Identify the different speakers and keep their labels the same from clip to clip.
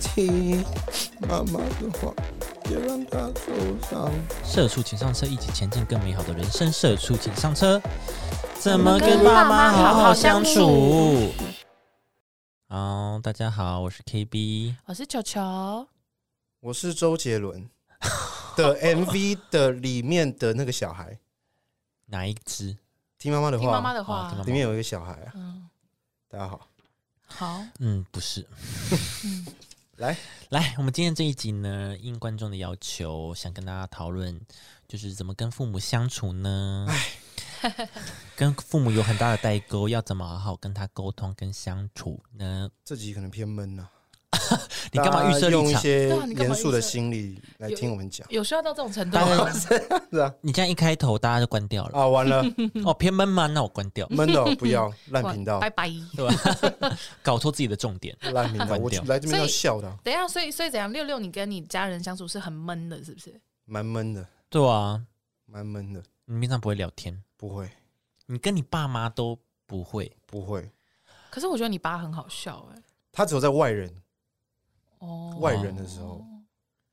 Speaker 1: 听妈妈的话，别让她受伤。
Speaker 2: 社畜请上车，一起前进更美好的人生。社畜请上车，怎么跟
Speaker 3: 跟
Speaker 2: 爸妈
Speaker 3: 爸妈
Speaker 2: 好
Speaker 3: 好
Speaker 2: 好
Speaker 3: 好
Speaker 2: 相
Speaker 3: 相
Speaker 2: 处
Speaker 3: 处？
Speaker 2: 好，大家好，我是 KB。
Speaker 3: 我是球球，
Speaker 1: 我是周 杰伦的 MV 的里面的那个小孩，
Speaker 2: 哪一只？
Speaker 1: 听妈哦妈的
Speaker 3: 听
Speaker 1: 话，
Speaker 3: 妈妈的
Speaker 2: 啊
Speaker 3: 话
Speaker 2: 听妈。妈
Speaker 1: 里面有一个小孩啊，
Speaker 3: 嗯，
Speaker 1: 大家好，
Speaker 3: 好，
Speaker 2: 嗯，不是。
Speaker 3: 嗯，
Speaker 1: 来，
Speaker 2: 来，我们今天这一集呢，应观众的要求，想跟大家讨论，就是怎么跟父母相处呢？跟父母有很大的代沟，要怎么好好跟他沟通跟相处呢？
Speaker 1: 这集可能偏闷呐、
Speaker 2: 你干嘛预设
Speaker 1: 大家用
Speaker 2: 立
Speaker 1: 一
Speaker 2: 场？
Speaker 1: 些
Speaker 3: 对啊你干
Speaker 1: 严
Speaker 3: 嘛
Speaker 1: 肃的
Speaker 3: 预设
Speaker 1: 心理来听我们讲？
Speaker 3: 有需要到这种程度
Speaker 2: 当
Speaker 3: 吗？
Speaker 2: 然，
Speaker 1: 是啊，
Speaker 2: 你这样一开头大家就关掉了。
Speaker 1: 啊，完了，
Speaker 3: 嗯
Speaker 2: 哦，偏闷吗？那我关掉，
Speaker 1: 闷的哦 不要，烂频道
Speaker 3: 拜，拜。
Speaker 2: 对吧？ 搞错自己的重点。
Speaker 3: 啊
Speaker 1: 烂 频道，
Speaker 2: 关
Speaker 1: 我
Speaker 2: 掉
Speaker 1: 来这边
Speaker 3: 所
Speaker 1: 要
Speaker 3: 以
Speaker 1: 笑的啊，
Speaker 3: 等一下，所以所以怎样？六六，你跟你家人相处是很闷的，是不是？
Speaker 1: 蛮闷的，
Speaker 2: 对啊，
Speaker 1: 蛮闷的，
Speaker 2: 你平常不会聊天，
Speaker 1: 不会，
Speaker 2: 你跟你爸妈都不会。
Speaker 1: 不会，
Speaker 3: 可是我觉得你爸很好笑哎、
Speaker 1: 他只有在外人
Speaker 3: 哦，
Speaker 1: 外人的时候，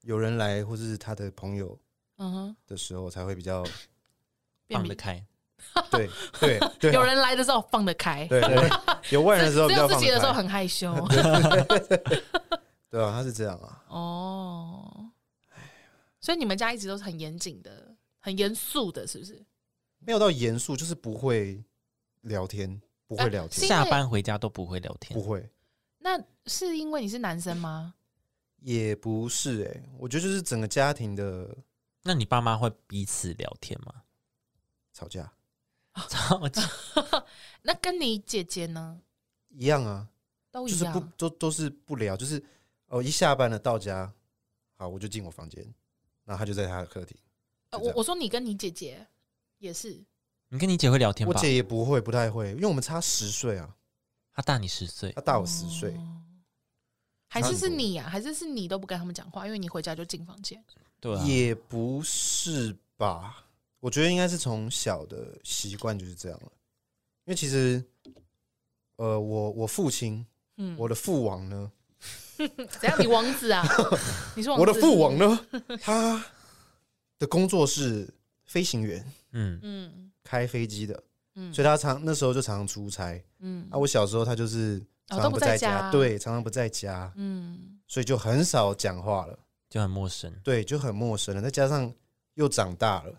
Speaker 1: 有人来，或是他的朋友
Speaker 3: 嗯哼，
Speaker 1: 的时候，才会比较
Speaker 3: 变
Speaker 2: 放得
Speaker 3: 比
Speaker 2: 开，
Speaker 1: 对对对
Speaker 3: 有
Speaker 1: 啊，
Speaker 3: 人来的时候放得开，
Speaker 1: 对对， 对有外人的时候
Speaker 3: 只
Speaker 1: 比
Speaker 3: 有
Speaker 1: 较
Speaker 3: 自
Speaker 1: 放
Speaker 3: 己的
Speaker 1: 得
Speaker 3: 时候
Speaker 1: 开，
Speaker 3: 很害羞。
Speaker 1: 对啊，他是这样啊，
Speaker 3: 哦，所以你们家一直都是很严谨的，很严肃的，是不是？
Speaker 1: 没有到严肃，就是不会聊天，不会聊
Speaker 3: 啊是
Speaker 1: 天，
Speaker 3: 因为
Speaker 2: 下班回家都不会聊
Speaker 1: 不
Speaker 2: 天。
Speaker 1: 会，
Speaker 3: 那是因为你是男生吗？
Speaker 1: 也不是哎，我觉得就是整个家庭的
Speaker 2: 那你爸妈会彼此聊天 吗？
Speaker 1: 吵架
Speaker 2: 超级
Speaker 3: 那跟你姐姐呢？
Speaker 1: 一样啊，
Speaker 3: 都
Speaker 1: 就
Speaker 3: 一
Speaker 1: 是
Speaker 3: 样，
Speaker 1: 不都都是不聊，就是哦，一下班了到家，好，我就进我房间，然后他就在他的客厅。
Speaker 3: 呃
Speaker 1: 就这
Speaker 3: 我
Speaker 1: 样
Speaker 3: 我说你跟你姐姐也是，
Speaker 2: 你跟你姐会聊天
Speaker 1: 我
Speaker 2: 吧？
Speaker 1: 姐也不会，不太会，因为我们差十岁啊，
Speaker 2: 她大你十岁
Speaker 1: 她，大我十岁，
Speaker 3: 哦还是是你呀、还是是你都不跟他们讲话，因为你回家就进房间。
Speaker 2: 对啊，
Speaker 1: 也不是吧？我觉得应该是从小的习惯就是这样了，因为其实，呃，我我父亲，
Speaker 3: 嗯，
Speaker 1: 我的父王呢，
Speaker 3: 怎样？你王子啊？你是王
Speaker 1: 我
Speaker 3: 子
Speaker 1: 的
Speaker 3: 是不
Speaker 1: 父
Speaker 3: 是
Speaker 1: 王？呢，他的工作是飞行员，
Speaker 2: 嗯，
Speaker 3: 嗯
Speaker 1: 开飞机的，
Speaker 3: 嗯
Speaker 1: 所以他常那时候就常常出差。
Speaker 3: 嗯
Speaker 1: 啊，我小时候他就是
Speaker 3: 哦
Speaker 1: 常
Speaker 3: 都
Speaker 1: 常
Speaker 3: 不
Speaker 1: 不
Speaker 3: 在
Speaker 1: 在
Speaker 3: 家
Speaker 1: 家，对，常常不在家，
Speaker 3: 嗯，
Speaker 1: 所以就很少讲话了，
Speaker 2: 就很陌生。
Speaker 1: 对，就很陌生了。再加上又长大了，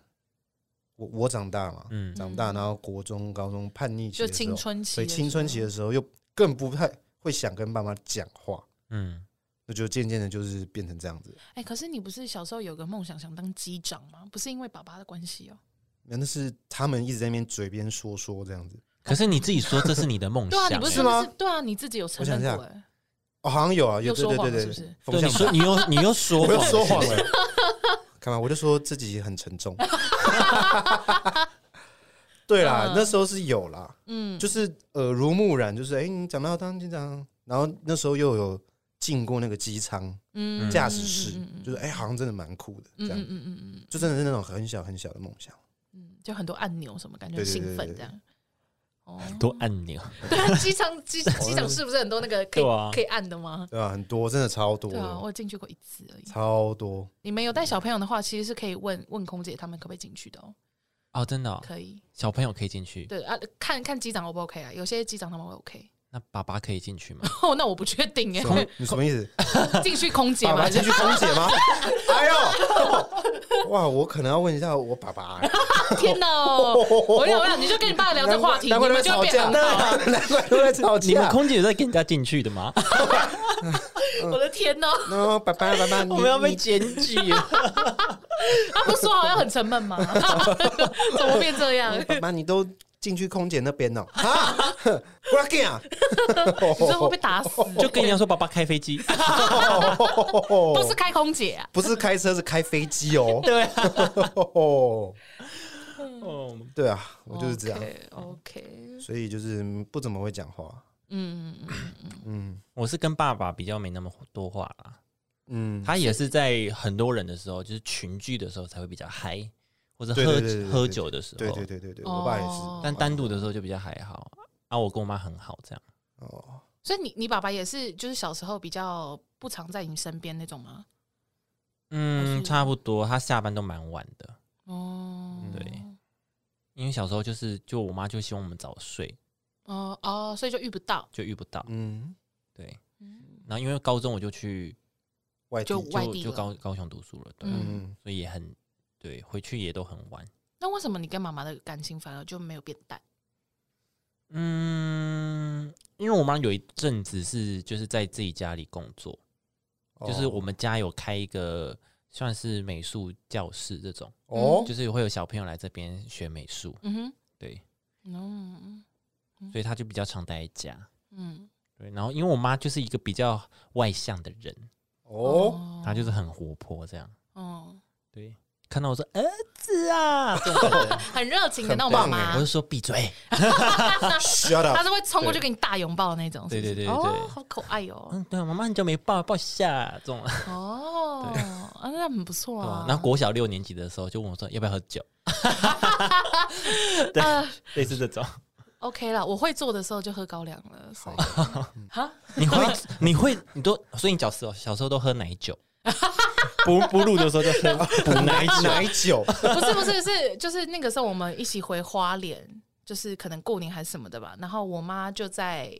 Speaker 1: 我我长大嘛，
Speaker 2: 嗯，
Speaker 1: 长大
Speaker 3: 嗯
Speaker 1: 然后国中、高中叛逆期
Speaker 3: 就
Speaker 1: 的时
Speaker 3: 青
Speaker 1: 候，
Speaker 3: 春期，
Speaker 1: 所以青春期的，时候又更不太会想跟爸妈讲话，
Speaker 2: 嗯，
Speaker 1: 那就渐渐的就是变成这样子。
Speaker 3: 哎、可是你不是小时候有个梦想想当机长吗？不是因为爸爸的关系哦、
Speaker 1: 那那是他们一直在那边嘴边说说这样子，
Speaker 2: 可是你自己说这是你的梦
Speaker 3: 对
Speaker 2: 想、
Speaker 3: 啊，
Speaker 2: 欸，
Speaker 3: 你不是
Speaker 1: 是
Speaker 3: 说
Speaker 1: 吗
Speaker 3: 是对啊，你自己有承
Speaker 1: 我想
Speaker 3: 认
Speaker 1: 一下
Speaker 3: 过、哎，
Speaker 1: 哦，好像有啊，
Speaker 3: 又
Speaker 1: 有对
Speaker 3: 说
Speaker 1: 对对
Speaker 3: 谎
Speaker 1: 对，
Speaker 3: 是不是？
Speaker 1: 风
Speaker 2: 对，
Speaker 1: 向
Speaker 2: 你说你又你又说
Speaker 1: 我
Speaker 2: 谎
Speaker 1: 又
Speaker 2: 了，
Speaker 1: 说谎
Speaker 2: 是不是
Speaker 1: 了， 干嘛？我就说自己很沉 重。对啦
Speaker 3: 嗯，
Speaker 1: 那时候是有啦，
Speaker 3: 嗯，
Speaker 1: 就是呃耳濡目染，就是哎、你长大要当机长，然后那时候又有进过那个机舱
Speaker 3: 嗯
Speaker 1: 驾驶室
Speaker 3: 嗯嗯嗯，
Speaker 1: 就是哎、好像真的蛮酷的，这
Speaker 3: 嗯
Speaker 1: 样
Speaker 3: 嗯嗯嗯嗯
Speaker 1: 就真的是那种很小很小的梦想。
Speaker 3: 嗯，就很多按钮什么，感觉
Speaker 1: 对
Speaker 3: 很
Speaker 1: 对对
Speaker 3: 兴
Speaker 1: 对
Speaker 3: 奋
Speaker 1: 对
Speaker 3: 这样。哦，
Speaker 2: 多按钮，
Speaker 3: 对啊，机场 机机场是不是很多那个可以、
Speaker 2: 对啊
Speaker 3: 可以按的吗？
Speaker 1: 对啊，很多，真的超多
Speaker 3: 对啊，
Speaker 1: 的，
Speaker 3: 我进去过一次而已。
Speaker 1: 超多。
Speaker 3: 你们有带小朋友的话，其实是可以问问空姐他们可不可以进去的哦。
Speaker 2: 哦，真的哦、
Speaker 3: 可以，
Speaker 2: 小朋友可以进去，
Speaker 3: 对啊，看看机长 O 不 OK 啊？有些机长他们会 OK。
Speaker 2: 那爸爸可以进去吗？
Speaker 3: 哦，那我不确定
Speaker 1: 什么
Speaker 3: 哎，？
Speaker 1: 你什么意思？
Speaker 3: 进去空姐
Speaker 1: 爸
Speaker 3: 嘛
Speaker 1: 爸，进去空姐吗？ 哎呦， 哇！我可能要问一下我爸爸、哎
Speaker 3: 天哪！哦 我跟你讲，你就跟你爸聊这话题，你
Speaker 1: 难怪
Speaker 3: 们
Speaker 1: 难
Speaker 3: 就
Speaker 1: 怪都
Speaker 3: 会
Speaker 1: 在吵架，
Speaker 3: 变好。
Speaker 1: 难怪难怪都在 吵
Speaker 2: 你们
Speaker 3: 啊
Speaker 1: 架。
Speaker 2: 空姐有在给人家进去的吗？
Speaker 3: 我的天哪！哦
Speaker 1: no，爸爸爸爸，你
Speaker 2: 我们要被
Speaker 1: 你
Speaker 2: 检举，
Speaker 3: 他不是说好像很沉闷吗？ 怎么变这 样？
Speaker 1: 爸爸，你都进去空姐那边 了啊？不要这啊样，
Speaker 3: 你这会被打 死，
Speaker 1: 哦
Speaker 2: 就跟人家说爸爸开飞 机，
Speaker 3: 都是开空姐啊。
Speaker 1: 不是开车是开飞机哦。
Speaker 2: 对啊， 嗯
Speaker 1: 对啊，我就是这样，
Speaker 3: OK，, o
Speaker 1: 所以就是不怎么会讲话。
Speaker 3: 嗯，嗯嗯
Speaker 1: 嗯
Speaker 2: 我是跟爸爸比较没那么多话啦。
Speaker 1: 嗯，
Speaker 2: 他也是在很多人的时候，就是群聚的时候才会比较嗨，或者
Speaker 1: 对
Speaker 2: 喝
Speaker 1: 对对对对
Speaker 2: 喝酒的时候。
Speaker 1: 对对对对对，我爸也是。
Speaker 3: 哦
Speaker 2: 但单独的时候就比较还好啊，我跟我妈很好这样。
Speaker 1: 哦，
Speaker 3: 所以你你爸爸也是，就是小时候比较不常在你身边那种吗？还是
Speaker 2: 嗯，差不多，他下班都蛮晚的，
Speaker 3: 哦，
Speaker 2: 嗯对，因为小时候就是就我妈就希望我们早睡，
Speaker 3: 哦哦，所以就遇不到，
Speaker 2: 就遇不到，
Speaker 1: 嗯，
Speaker 2: 对。
Speaker 3: 嗯
Speaker 2: 然后因为高中我就去
Speaker 1: 外地
Speaker 3: 就
Speaker 2: 就
Speaker 3: 外地
Speaker 2: 就
Speaker 3: 了
Speaker 2: 高高雄读书了，对，
Speaker 3: 嗯
Speaker 1: 嗯，
Speaker 2: 所以也很对，回去也都很晚。
Speaker 3: 那为什么你跟妈妈的感情反而就没有变淡？
Speaker 2: 嗯，因为我妈有一阵子是就是在自己家里工作，
Speaker 1: 哦
Speaker 2: 就是我们家有开一个算是美术教室这种，
Speaker 1: 哦
Speaker 2: 就是会有小朋友来这边学美术，
Speaker 3: 嗯
Speaker 2: 对，
Speaker 3: 哼，嗯
Speaker 1: 哦
Speaker 2: 所以她就比较常待在家。
Speaker 3: 嗯，
Speaker 2: 对，然后因为我妈就是一个比较外向的人，
Speaker 1: 哦，
Speaker 2: 她就是很活泼这样。
Speaker 3: 哦，
Speaker 2: 对，看到我说儿子啊， 这种感觉
Speaker 3: 很热情的
Speaker 1: 很
Speaker 3: 那种妈
Speaker 1: 棒
Speaker 2: 欸我
Speaker 3: 妈
Speaker 2: 就，说闭嘴。
Speaker 1: ，shut
Speaker 3: 她
Speaker 1: up，
Speaker 3: 是会冲过去给你大拥抱的那种，是不
Speaker 2: 对
Speaker 3: 是
Speaker 2: 对对
Speaker 3: 哦
Speaker 2: 对，
Speaker 3: 好可爱哦，
Speaker 2: 嗯，对啊，妈妈很久没抱，抱一下啊这种。
Speaker 3: 哦，啊，那很不错
Speaker 2: 对吧
Speaker 3: 啊。
Speaker 2: 哦然后国小六年级的时候就问我说要不要喝 酒，
Speaker 3: 啊
Speaker 2: 类似这种。
Speaker 3: OK 了，我会做的时候就喝高粱了，所以
Speaker 2: 哦 嗯
Speaker 3: 哈，
Speaker 2: 你会你会你都，所以你小时候小时候都喝奶酒，哺哺乳的时候就喝补奶酒。
Speaker 1: 奶酒，
Speaker 3: 不是不是是就是那个时候我们一起回花莲，就是可能过年还是什么的吧，然后我妈就在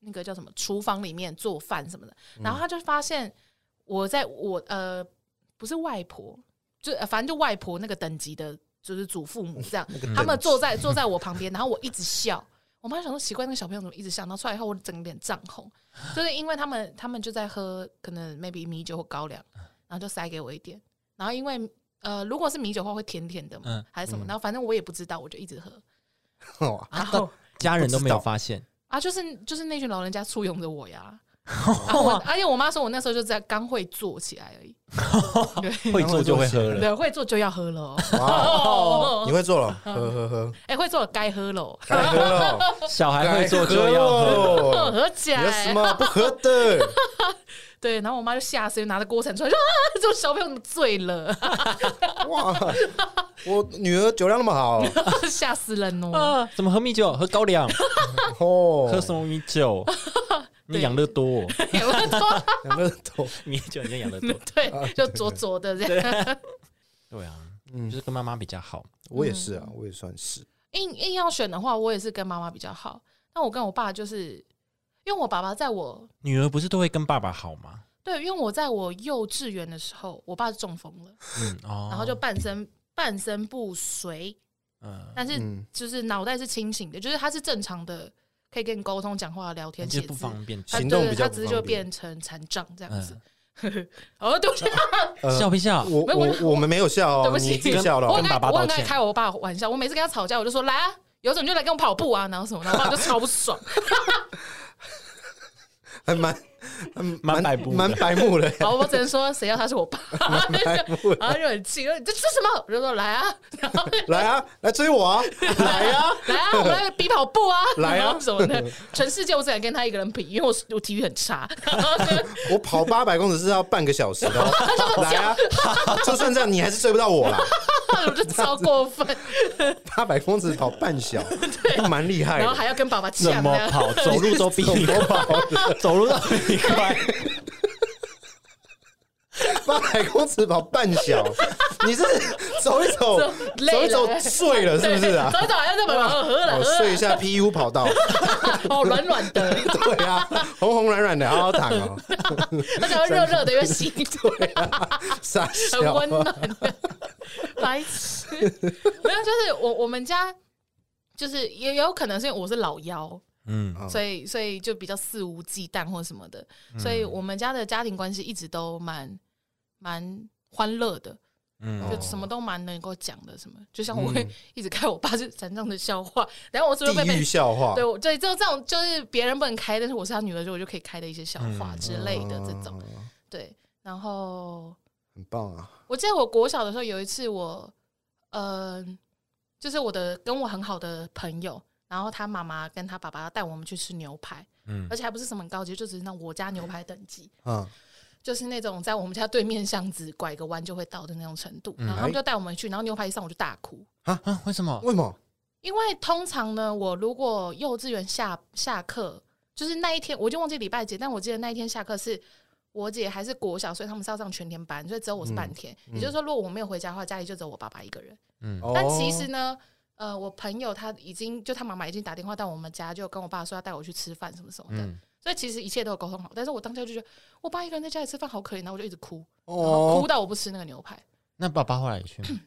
Speaker 3: 那个叫什么厨房里面做饭什么的，然后她就发现我在我呃不是外婆，就、呃反正就外婆那个等级的，就是祖父母这样，他们坐在坐在我旁边，然后我一直笑。我妈想说奇怪，那个小朋友怎么一直笑？然后出来以后，我整个脸涨红，就是因为他们他们就在喝可能 maybe 米酒或高粱，然后就塞给我一点。然后因为呃，如果是米酒的话会甜甜的嘛，
Speaker 2: 嗯
Speaker 3: 还是什么？然后反正我也不知道，我就一直喝。
Speaker 1: 哦
Speaker 3: 然后
Speaker 2: 家人都没有发现，
Speaker 3: 啊，就是就是那群老人家簇拥着我 呀。啊我而且我妈说我那时候就在刚会做起来而已，对
Speaker 2: 会做就会喝 了。
Speaker 3: 对，会做就要喝喽。
Speaker 1: 哇，
Speaker 3: 哦，
Speaker 1: 你会做了，喝喝 喝，
Speaker 3: 哎、会做了该喝喽，
Speaker 1: 该喝了，
Speaker 2: 小孩会做就要喝。
Speaker 1: 喝
Speaker 3: 喝
Speaker 1: 咯，
Speaker 3: 起
Speaker 1: 有
Speaker 3: 来
Speaker 1: 什。么不喝的？
Speaker 3: 对，然后我妈就吓死，就拿着锅铲出来说：“啊，这种小朋友怎么醉了？啊
Speaker 1: 哇，我女儿酒量那么 好
Speaker 3: 吓死人哦！
Speaker 2: 啊！怎么喝米酒？喝高 粱？
Speaker 1: 哦，
Speaker 2: 喝什么米酒？ 你养乐多，哦
Speaker 3: 有没有 多
Speaker 1: 两个人都
Speaker 2: 米酒你就养乐多。
Speaker 3: 啊对，就灼灼的这样，
Speaker 2: 对啊，
Speaker 1: 嗯
Speaker 2: 就是跟妈妈比较好。
Speaker 1: 我也是啊，我也算是，
Speaker 3: 硬硬要选的话，我也是跟妈妈比较好。那我跟我爸就是，因为我爸爸在我
Speaker 2: 女儿不是都会跟爸爸好吗？
Speaker 3: 对，因为我在我幼稚园的时候，我爸就中风了，
Speaker 2: 嗯哦，
Speaker 3: 然后就半身半身不遂，
Speaker 2: 嗯，
Speaker 3: 但是
Speaker 1: 嗯
Speaker 3: 就是脑袋是清醒的，就是他是正常的，可以跟你沟通、讲话、聊天、
Speaker 2: 就
Speaker 3: 写
Speaker 2: 是不
Speaker 3: 字。
Speaker 2: 方便。
Speaker 3: 他
Speaker 1: 行动
Speaker 3: 对
Speaker 1: 比较
Speaker 3: 他
Speaker 1: 不
Speaker 3: 只是
Speaker 1: 方
Speaker 3: 就
Speaker 1: 便
Speaker 3: 变成残障这样子
Speaker 2: 嗯。
Speaker 3: 哦，对不起，
Speaker 1: 呃
Speaker 2: 笑不笑？
Speaker 1: 我
Speaker 3: 没有我
Speaker 1: 我我们没有 笑
Speaker 3: 对
Speaker 1: 哦，
Speaker 3: 不起
Speaker 1: 你自己笑了
Speaker 3: 我
Speaker 1: 哦，
Speaker 3: 很
Speaker 2: 跟
Speaker 3: 爱
Speaker 2: 爸爸
Speaker 3: 我很
Speaker 2: 道
Speaker 3: 爱
Speaker 2: 歉
Speaker 3: 开我爸玩笑，我每次跟他吵架，我就说来啊，有种你就来跟我跑步啊，然后什么，然后我爸就超不 爽。
Speaker 1: 还蛮
Speaker 2: 蛮百步的
Speaker 1: 蛮白目的，
Speaker 3: 好，我只能说谁要他是我爸，然后就很气，说你这是什么？我就说来啊， 然后
Speaker 1: 来啊，来追我啊，来呀，
Speaker 3: 来啊，我们来比跑步啊，
Speaker 1: 来啊
Speaker 3: 然后什么的。全世界我只敢跟他一个人比，因为我我体育很差。 然后就
Speaker 1: 我跑八百公尺是要半个小时 的哦，来啊，就算这样你还是追不到我啦，
Speaker 3: 我就超过分，
Speaker 1: 八百公尺跑半小， 蛮厉害
Speaker 3: 然后
Speaker 1: 的，
Speaker 3: 还要跟爸爸抢
Speaker 2: 怎
Speaker 3: 啊这
Speaker 2: 么
Speaker 3: 样
Speaker 2: 跑？ 走路都比你快，走路都比你快。
Speaker 1: 八百公尺跑半小，你是走一
Speaker 3: 走
Speaker 1: 走走
Speaker 3: 累
Speaker 1: 一走
Speaker 3: 了
Speaker 1: 醉了是不是啊
Speaker 3: 对？走一走，好像在门口喝了，
Speaker 1: 我
Speaker 3: 喝
Speaker 1: 睡一
Speaker 3: 了，
Speaker 1: 下 PU 跑道，
Speaker 3: 哦，软软的，
Speaker 1: 对啊，红红软软的，好好躺哦，
Speaker 3: 而且会热热的，因为吸对，
Speaker 1: 傻
Speaker 3: 很
Speaker 1: 笑
Speaker 3: 温暖的，白痴。没有，就是我我们家。就是也有可能是因为我是老幺，
Speaker 2: 嗯
Speaker 1: 哦
Speaker 3: 所以所以就比较肆无忌惮或什么的，所以
Speaker 1: 嗯
Speaker 3: 我们家的家庭关系一直都蛮蛮欢乐的，
Speaker 1: 哦
Speaker 2: 嗯
Speaker 3: 就什么都蛮能够讲的，什么就像我
Speaker 1: 嗯
Speaker 3: 会一直开我爸是残障的笑话，然后我是不是被
Speaker 1: 地
Speaker 3: 被
Speaker 1: 狱笑话
Speaker 3: 对，我对就这种就是别人不能开，但是我是他女儿，就我就可以开的一些笑话之类的这种，
Speaker 1: 嗯
Speaker 3: 对。然后
Speaker 1: 很棒啊，
Speaker 3: 我记得我国小的时候有一次我，呃，就是我的跟我很好的朋友，然后他妈妈跟他爸爸带我们去吃牛排，
Speaker 2: 嗯
Speaker 3: 而且还不是什么很高级，就只是那种我家牛排等级，
Speaker 1: 嗯，
Speaker 3: 就是那种在我们家对面巷子拐个弯就会到的那种程度。然后他们就带我们去，然后牛排一上我就大哭，
Speaker 2: 啊，为什么？
Speaker 1: 为什么？
Speaker 3: 因为通常呢，我如果幼稚园下下课，就是那一天，我就忘记礼拜几，但我记得那一天下课是我姐还是国小，所以他们是要上全天班，所以只有我是半天。也就是说，如果我没有回家的话，家里就只有我爸爸一个人。
Speaker 2: 嗯，
Speaker 1: 哦
Speaker 3: 但其实呢，呃，我朋友他已经就他妈妈已经打电话到我们家，就跟我爸说要带我去吃饭什么什么的。
Speaker 2: 嗯
Speaker 3: 所以其实一切都有沟通好，但是我当下就觉得我爸一个人在家里吃饭好可怜，然后我就一直哭，然后哭
Speaker 1: 哦，
Speaker 3: 到我不吃那个牛排。
Speaker 2: 那爸爸后来也去吗？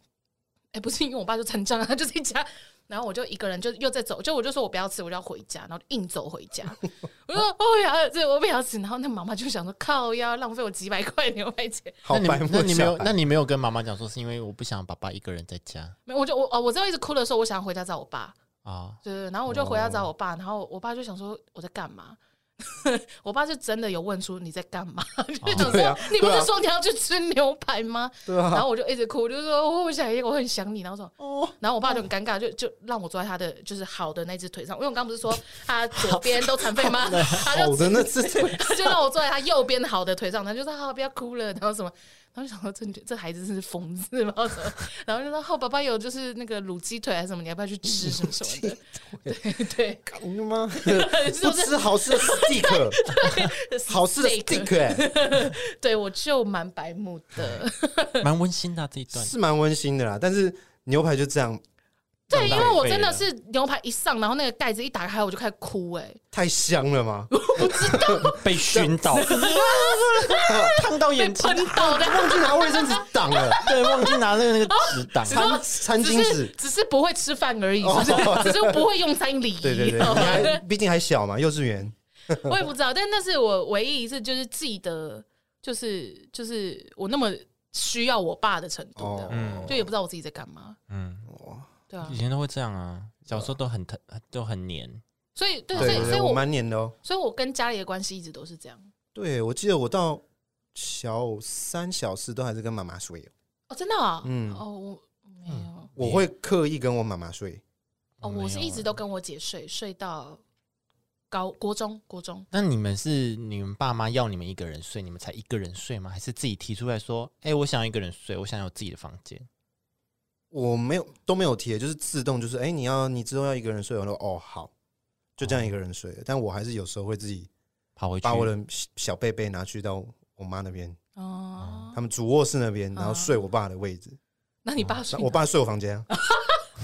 Speaker 3: 哎、不是因为我爸就成障啊，他 就在家，然后我就一个人就又在走，就我就说我不要吃，我就要回家，然后硬走回家。 我就说哦我不要吃，我不要吃。然后那妈妈就想说靠呀，浪费我几百块牛排钱。
Speaker 1: 好白目
Speaker 2: 那你没有，
Speaker 1: 小孩
Speaker 2: 那你没有跟妈妈讲说是因为我不想爸爸一个人在家
Speaker 3: 没有，我就我哦，我知道一直哭的时候，我想回家找我爸，
Speaker 2: 啊？
Speaker 3: 对对对，然后我就回家找我爸，然后我爸就想说我在干嘛。 我爸是真的有问出你在干嘛， 就想说、
Speaker 1: 对啊
Speaker 3: 你不
Speaker 1: 对
Speaker 3: 是
Speaker 1: 啊
Speaker 3: 说你要去吃牛排吗？
Speaker 1: 对啊，
Speaker 3: 然后我就一直哭，我就说哦我想我很想你，然后说
Speaker 1: 哦，
Speaker 3: 然后我爸就很尴尬，就就让我坐在他的就是好的那只腿上，因为我刚不是 说他左边都残废吗？ 他
Speaker 1: 好
Speaker 3: 就
Speaker 1: 的那是 对
Speaker 3: 他就让我坐在他右边好的腿上，他就说好不要哭了，然后什么，然后就想说这这孩子是疯子吗？ 什么，然后就说好、爸爸有就是那个卤鸡腿还是什么，你要不要去吃什么什么的？ 对
Speaker 1: 干你妈，不吃好吃的 stick，
Speaker 3: 对，
Speaker 1: 好吃的 stick 哎，
Speaker 3: 对我就蛮白目的，
Speaker 2: 蛮温馨的啊这一段，
Speaker 1: 是蛮温馨的啦。但是牛排就这样，
Speaker 3: 对，因为我真的
Speaker 2: 浪费
Speaker 3: 是牛排一上，然后那个盖子一打开，我就开始哭、哎，
Speaker 1: 太香 了嘛，
Speaker 2: 了被熏到，烫到
Speaker 3: 被
Speaker 2: 眼睛
Speaker 3: 喷，到的。
Speaker 1: 忘记拿卫生纸挡了，
Speaker 2: 对，忘记拿那个那个纸挡。
Speaker 1: 餐餐
Speaker 3: 只
Speaker 1: 巾
Speaker 3: 是
Speaker 1: 纸。
Speaker 3: 只是不会吃饭而已，
Speaker 1: 哦
Speaker 3: 只是只是不会用餐礼仪。
Speaker 1: 对对对，你还毕竟还小嘛，幼稚园。
Speaker 3: 我也不知道，但那是我唯一一次就是记得，就是就是我那么需要我爸的程度的，
Speaker 1: 哦
Speaker 2: 嗯
Speaker 3: 就也不知道我自己在干嘛。
Speaker 2: 嗯，
Speaker 3: 对啊
Speaker 2: 以，前都会这样啊，小时候都很疼，都很黏。
Speaker 3: 所以对，所
Speaker 1: 对
Speaker 3: 以
Speaker 1: 对
Speaker 3: 所以
Speaker 1: 对，我
Speaker 3: 我
Speaker 1: 蛮黏的哦。
Speaker 3: 所以我跟家里的关系一直都是这样。
Speaker 1: 对，我记得我到小三、小四都还是跟妈妈睡哦，
Speaker 3: 哦，真的啊，
Speaker 1: 嗯
Speaker 3: 哦，我没有，
Speaker 1: 我会刻意跟我妈妈睡。
Speaker 3: 哦，
Speaker 2: 啊
Speaker 3: 我是一直都跟我姐睡，睡到高国中，国中。
Speaker 2: 那你们是你们爸妈要你们一个人睡，你们才一个人睡吗？还是自己提出来说，哎、我想要一个人睡，我想要有自己的房间？
Speaker 1: 我没有都没有提，就是自动就是，哎、你要你之后要一个人睡，我说哦好，就这样一个人睡。但我还是有时候会自己
Speaker 2: 跑回去，
Speaker 1: 把我的小小贝贝拿去到我妈那边，
Speaker 3: 哦，
Speaker 1: 他们主卧室那边，然后
Speaker 3: 嗯
Speaker 1: 睡我爸的位置，
Speaker 3: 那你爸睡
Speaker 1: 我爸睡我房间、啊，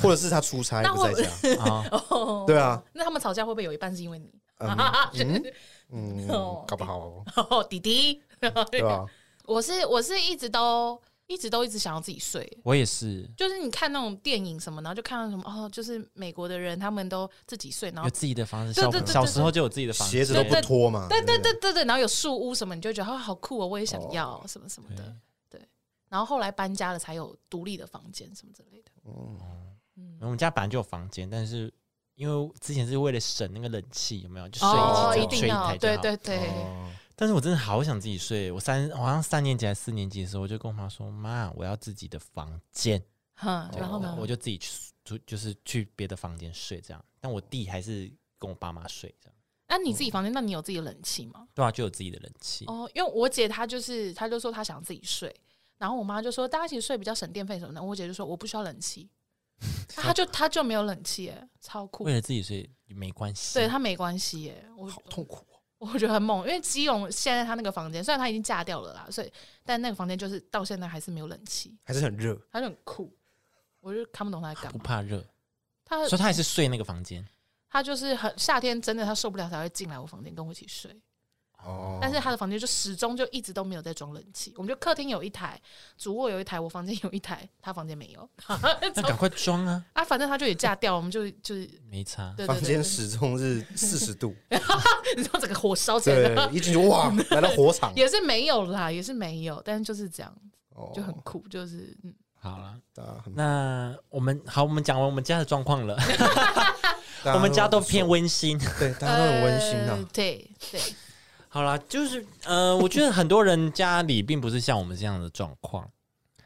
Speaker 1: 或者是他出差
Speaker 3: 那
Speaker 1: 不在
Speaker 3: 会
Speaker 1: 家，
Speaker 2: 啊，
Speaker 3: 哦
Speaker 1: 对啊，
Speaker 3: 那他们吵架会不会有一半是因为你？
Speaker 1: 嗯
Speaker 3: 就是
Speaker 1: 嗯
Speaker 3: 哦，啊
Speaker 1: 搞不好 哦，
Speaker 3: 哦，弟弟，
Speaker 1: 对
Speaker 2: 啊
Speaker 1: 吧？
Speaker 3: 我是我是一直都一直都一直想要自己睡，
Speaker 2: 我也是
Speaker 3: 就是你看那种电影什么，然后就看到什么哦，就是美国的人他们都自己睡，然后
Speaker 2: 有自己的房子，
Speaker 3: 对
Speaker 2: 小
Speaker 3: 对对对
Speaker 2: 小时候就有自己的房
Speaker 1: 鞋
Speaker 2: 子，
Speaker 1: 子都不脱嘛，
Speaker 3: 对对
Speaker 1: 不
Speaker 3: 对对对，然后有树屋什么，你就觉得哦好酷哦，我也想
Speaker 1: 哦
Speaker 3: 要、什么什么的
Speaker 2: 对，
Speaker 3: 对。然后后来搬家了才有独立的房间什么之类的，
Speaker 2: 哦
Speaker 3: 嗯
Speaker 2: 我们家本来就有房间，但是因为之前是为了省那个冷气，有没有就睡
Speaker 3: 哦，
Speaker 2: 一
Speaker 3: 一
Speaker 2: 起
Speaker 3: 定
Speaker 2: 睡一
Speaker 3: 要
Speaker 2: 台，就
Speaker 3: 对
Speaker 2: 好。
Speaker 3: 对对，
Speaker 1: 哦
Speaker 2: 但是我真的好想自己睡。我三我好像三年级还是四年级的时候，我就跟我妈说：“妈，我要自己的房间。
Speaker 3: 哼，
Speaker 2: 对”
Speaker 3: 然后呢
Speaker 2: 哦我，就自己去就就是去别的房间睡这样。但我弟还是跟我爸妈睡这样。
Speaker 3: 那你自己房间，那你有自己的冷气吗？
Speaker 2: 对啊，就有自己的冷气。
Speaker 3: 哦，因为我姐她就是，她就说她想自己睡，然后我妈就说大家一起睡比较省电费什么的，我姐就说我不需要冷气，她就她就没有冷气耶，超酷
Speaker 2: 为，了自己睡没关系。
Speaker 3: 对她没关系耶，我
Speaker 1: 好痛苦哦。
Speaker 3: 我觉得很猛，因为基隆现在她那个房间虽然她已经嫁掉了啦，所以但那个房间就是到现在还是没有冷气，
Speaker 1: 还是很热，
Speaker 3: 她就很酷，我就看不懂她在干
Speaker 2: 不
Speaker 3: 嘛，
Speaker 2: 怕热，
Speaker 3: 她
Speaker 2: 所以他还是睡那个房间。
Speaker 3: 她就是很夏天真的她受不了才会进来我房间跟我一起睡。
Speaker 1: 哦，
Speaker 3: 但是他的房间就始终就一直都没有在装冷气。我们就客厅有一台，主卧有一台，我房间有一台，他房间没有。
Speaker 2: 那赶快装啊，
Speaker 3: 啊，反正他就也嫁掉，我们就就是
Speaker 2: 没差。
Speaker 3: 对对
Speaker 1: 房间
Speaker 3: 对，
Speaker 1: 始终是四 十度，
Speaker 3: 你知道整个火烧起来
Speaker 1: 对
Speaker 3: 了，，
Speaker 1: 一进去 哇，来到火场，
Speaker 3: 也是没有啦，也是没有，但是就是这样，
Speaker 1: 哦
Speaker 3: 就很酷，就是嗯，
Speaker 2: 好了，
Speaker 1: 大家啊很
Speaker 2: 那我们好，我们讲完我们家的状况了。
Speaker 1: 大啊
Speaker 2: 我们家都
Speaker 1: 很
Speaker 2: 偏温馨。
Speaker 1: 对，大家哦都很温馨
Speaker 3: 呃
Speaker 1: 啊。
Speaker 3: 对对，
Speaker 2: 好啦，就是呃，我觉得很多人家里并不是像我们这样的状况。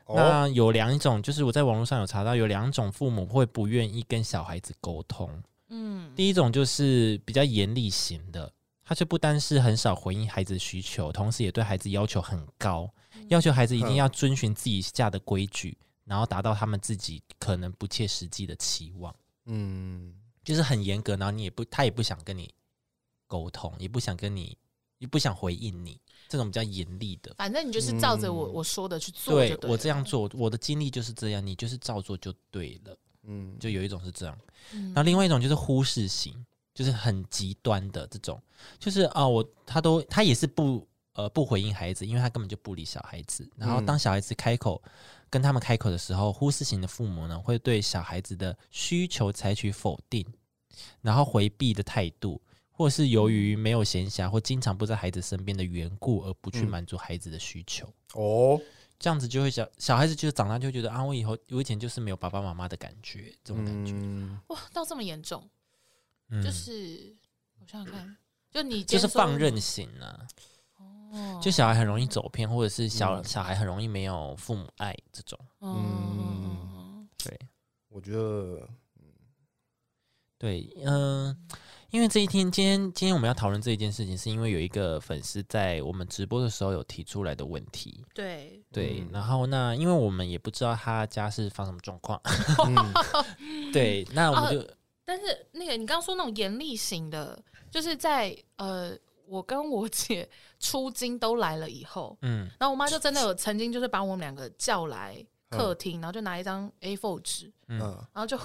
Speaker 3: 呃
Speaker 1: 哦，
Speaker 2: 那有两种，就是我在网络上有查到，有两种父母会不愿意跟小孩子沟通。
Speaker 3: 嗯
Speaker 2: 第一种就是比较严厉型的，他却不单是很少回应孩子的需求，同时也对孩子要求很高，
Speaker 3: 嗯
Speaker 2: 要求孩子一定要遵循自己下的规矩，然后达到他们自己可能不切实际的期望，
Speaker 1: 嗯，
Speaker 2: 就是很严格。然后你也不，他也不想跟你沟通，也不想跟你，也不想回应你，这种比较严厉的。
Speaker 3: 反正你就是照着我、我说的去做就
Speaker 2: 对
Speaker 3: 对
Speaker 2: 我这
Speaker 3: 了
Speaker 2: 样，做，我的经历就是这样，你就是照做就对了。
Speaker 1: 嗯，
Speaker 2: 就有一种是这样，
Speaker 3: 嗯
Speaker 2: 然后另外一种就是忽视型，就是很极端的这种，就是啊，我他都他也是不呃不回应孩子，因为他根本就不理小孩子。然后
Speaker 1: 嗯
Speaker 2: 当小孩子开口、跟他们开口的时候，忽视型的父母呢会对小孩子的需求采取否定，然后回避的态度。或是由于没有闲暇或经常不在孩子身边的缘故，而不去
Speaker 1: 嗯
Speaker 2: 满足孩子的需求，
Speaker 1: 哦，
Speaker 2: 这样子就会小小孩子就是长大就会觉得啊，我以后我以前就是没有爸爸妈妈的感觉，这种感觉，
Speaker 1: 嗯，
Speaker 3: 哇，到这么严重，
Speaker 2: 嗯
Speaker 3: 就是我想想看，就你今
Speaker 2: 就
Speaker 3: 天
Speaker 2: 是
Speaker 3: 说
Speaker 2: 放任型啊，
Speaker 3: 哦，
Speaker 2: 就小孩很容易走偏，或者是小、
Speaker 1: 嗯
Speaker 2: 小孩很容易没有父母爱这种。
Speaker 3: 哦嗯，
Speaker 2: 对
Speaker 1: 我觉得
Speaker 2: 对，嗯、因为这一天，今天今天我们要讨论这一件事情，是因为有一个粉丝在我们直播的时候有提出来的问题。
Speaker 3: 对，
Speaker 2: 对，
Speaker 1: 嗯
Speaker 2: 然后那因为我们也不知道他家是发生什么状况， 对，那我们就、
Speaker 3: 但是那个你刚刚说那种严厉型的，就是在呃，我跟我姐出京都来了以后，
Speaker 2: 嗯
Speaker 3: 然后我妈就真的有曾经就是把我们两个叫来客厅，然后就拿一张 A4 纸，
Speaker 2: 嗯
Speaker 1: 嗯，
Speaker 3: 然后就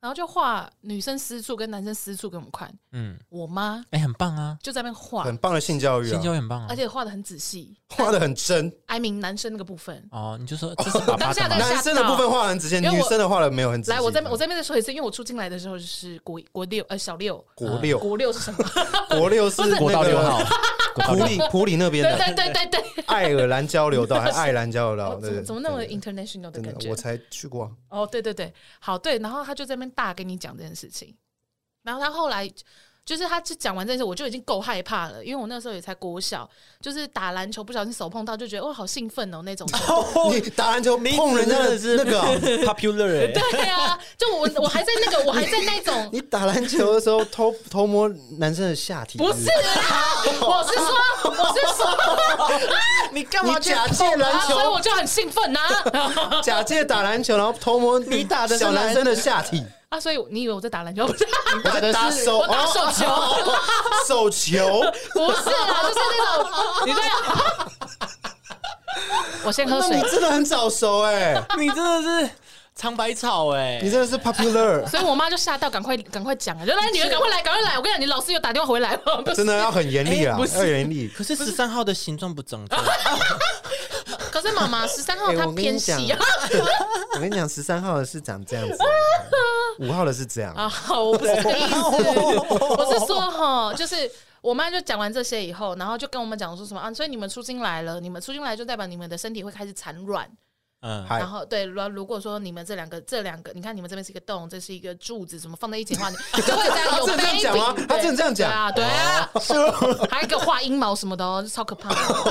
Speaker 3: 然后就画女生私处跟男生私处给我们看，
Speaker 2: 嗯，
Speaker 3: 我妈
Speaker 2: 哎、很棒啊，
Speaker 3: 就在那边画，
Speaker 1: 很棒的性教育
Speaker 2: 性
Speaker 1: 啊，
Speaker 2: 教育很棒啊
Speaker 3: 而。且画的很仔细，
Speaker 1: 画的很真，
Speaker 3: I mean 男生那个部分。
Speaker 2: 哦，你就说这是爸爸
Speaker 3: 当下
Speaker 2: 的
Speaker 3: 在
Speaker 2: 吗？
Speaker 1: 男生的部分画得很直线，
Speaker 3: 因为
Speaker 1: 女
Speaker 3: 我
Speaker 1: 生的画的没有很直
Speaker 3: 来，我这边我
Speaker 1: 在
Speaker 3: 这边再说一次，因为我出进来的时候就是国国六呃小六，
Speaker 1: 国六，
Speaker 3: 国六是什么？
Speaker 1: 国六是
Speaker 2: 国道
Speaker 1: 那个
Speaker 2: 六 号，国道
Speaker 1: 普
Speaker 2: 六
Speaker 1: 里普里那边
Speaker 3: 对
Speaker 1: 的
Speaker 3: 对对对对，
Speaker 1: 爱尔兰交流道，还爱尔兰交流道，
Speaker 3: 我
Speaker 1: 对
Speaker 3: 怎么
Speaker 1: 对
Speaker 3: 怎么那么
Speaker 1: 对对
Speaker 3: international 的
Speaker 1: 真
Speaker 3: 感
Speaker 1: 的，
Speaker 3: 觉
Speaker 1: 我？才去过啊，
Speaker 3: 哦，对对对，好对，然后他就在那边大跟你讲这件事情，然后他后来就是他就讲完这件事，我就已经够害怕了，因为我那时候也才国小，就是打篮球不小心手碰到，就觉得哇好兴奋哦那种。
Speaker 1: 你打篮球碰人家的那个啊，
Speaker 2: popular 哎
Speaker 3: 对啊，就我我还在那个我还在那种
Speaker 1: 你打篮球的时候偷偷摸男生的下体，
Speaker 3: 不是啊，我是说，我是说，你干
Speaker 1: 嘛去碰啊你假借 篮球
Speaker 3: 所以我就很兴奋呐、啊。
Speaker 1: 假借打篮球，然后偷摸你打的小男生的下体，
Speaker 3: 啊所以你以为我在打篮球？不是，
Speaker 1: 我在打手，
Speaker 3: 我打手球，
Speaker 1: 哦，手球，
Speaker 3: 不是啊，就是那种你在。我先喝
Speaker 1: 那
Speaker 3: 水
Speaker 1: 你，真的很早熟哎，
Speaker 2: 你真的是尝百草哎、
Speaker 1: 你真的是 popular，
Speaker 3: 所以我妈就吓到，赶快赶快讲啊，就来女儿赶快来，赶快来！我跟你讲，你老师又打电话回来了，
Speaker 1: 真的要很严厉啊，
Speaker 2: 哎不是
Speaker 1: 要严厉。
Speaker 2: 可是十三号的形状不 正常，
Speaker 3: 可是妈妈十三号
Speaker 1: 哎
Speaker 3: 她
Speaker 1: 我跟
Speaker 3: 偏
Speaker 1: 你讲
Speaker 3: 细啊，
Speaker 1: 我跟你讲，十三号的是长这 样子，五号的是这样。
Speaker 3: 啊，我不是这个意思，我是说哈，就是我妈就讲完这些以后，然后就跟我们讲说什么啊，所以你们出京来了，你们出京来就代表你们的身体会开始产卵，
Speaker 2: 嗯，
Speaker 1: 嗨
Speaker 3: 然后对，然后如果说你们这两个这两个，你看你们这边是一个洞，这是一个柱子，怎么放在一起的话，你就会这样有
Speaker 1: 他真的这样
Speaker 3: baby，
Speaker 1: 讲 吗哦
Speaker 3: 对
Speaker 1: 他真的这样讲
Speaker 3: 对啊，对啊， 还有一个画阴毛什么的哦，超可怕 的，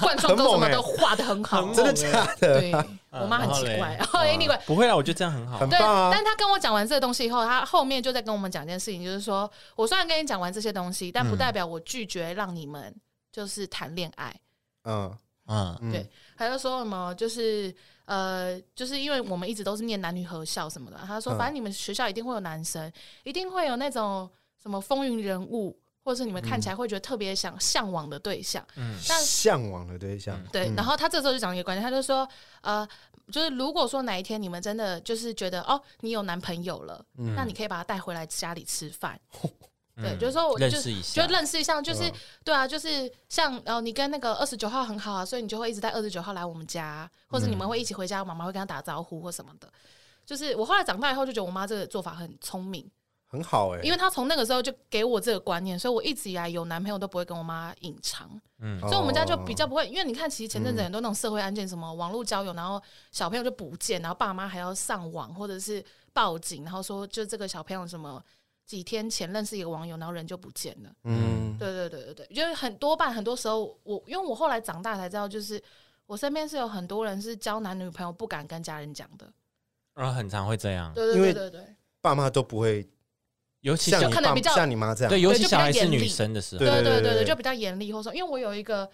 Speaker 3: 灌
Speaker 1: 很
Speaker 3: 双沟什
Speaker 1: 猛
Speaker 3: 么
Speaker 1: 欸
Speaker 3: 都画的很好，
Speaker 1: 真的假的？
Speaker 3: 对我妈很奇怪，然 后 anyway，
Speaker 2: 不会啦，我觉得这样很好
Speaker 1: 很。
Speaker 3: 对，
Speaker 1: 棒啊
Speaker 3: 但他跟我讲完这个东西以后，他后面就在跟我们讲一件事情，就是说我虽然跟你讲完这些东西，但不代表我拒绝让你们就是谈恋爱。
Speaker 1: 嗯
Speaker 2: 嗯，
Speaker 1: 嗯，
Speaker 3: 对他就说什么，就是呃，就是因为我们一直都是念男女合校什么的，他说
Speaker 1: 嗯
Speaker 3: 反正你们学校一定会有男生，一定会有那种什么风云人物，或者是你们看起来会觉得特别想向往的对象。但嗯
Speaker 1: 向往的对象。
Speaker 3: 对，然后他这时候就讲一个观点，他就说，呃，就是如果说哪一天你们真的就是觉得哦，你有男朋友了，那你可以把他带回来家里吃饭。对，
Speaker 2: 嗯
Speaker 3: 就是说我就
Speaker 2: 认识一下
Speaker 3: 就认识一下，就是、对啊，就是像呃，你跟那个二十九号很好啊，所以你就会一直带二十九号来我们家，或者你们会一起回家，妈妈会跟他打招呼或什么的。就是我后来长大以后就觉得我妈这个做法很聪明，
Speaker 1: 很好哎，
Speaker 3: 因为她从那个时候就给我这个观念，所以我一直以来有男朋友都不会跟我妈隐藏。
Speaker 1: 哦
Speaker 3: 所以我们家就比较不会，因为你看，其实前阵子很多那种社会案件，什么网络交友，然后小朋友就不见，然后爸妈还要上网或者是报警，然后说就这个小朋友什么几天前认识一个网友，然后人就不见了。
Speaker 1: 嗯
Speaker 3: 对对对对对，因为很多半很多时候，我因为我后来长大才知道，就是我身边是有很多人是交男女朋友不敢跟家人讲的。
Speaker 2: 然后很常会这样，
Speaker 3: 对
Speaker 1: 因
Speaker 3: 对
Speaker 1: 为
Speaker 3: 对对对
Speaker 1: 爸妈都不会
Speaker 2: 尤其
Speaker 1: 像
Speaker 3: 就
Speaker 1: 你
Speaker 3: 可能
Speaker 1: 爸
Speaker 3: 比较
Speaker 1: 像你妈这样。
Speaker 2: 对，尤
Speaker 3: 对
Speaker 2: 其
Speaker 3: 就比较
Speaker 2: 小孩是
Speaker 3: 严厉
Speaker 2: 女生的时候，
Speaker 1: 对
Speaker 3: 对对
Speaker 1: 对对
Speaker 3: 就比较严厉，或者说，因为我有一个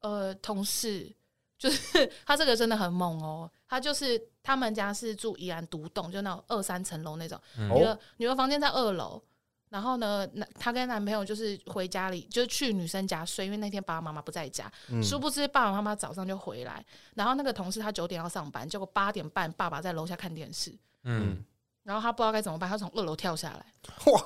Speaker 3: 呃同事， 就是他这个真的很猛哦，他就是他们家是住宜兰独栋，就那种二三层楼那种，
Speaker 1: 哦
Speaker 2: 嗯
Speaker 3: 女儿女儿房间在二楼，然后呢，那她跟男朋友就是回家里，就是去女生家睡，因为那天爸爸妈妈不在家。
Speaker 1: 嗯
Speaker 3: 殊不知爸爸妈妈早上就回来，然后那个同事他九点要上班，结果八点半爸爸在楼下看电视，
Speaker 2: 嗯，
Speaker 3: 然后他不知道该怎么办，他从二楼跳下来，
Speaker 1: 哇，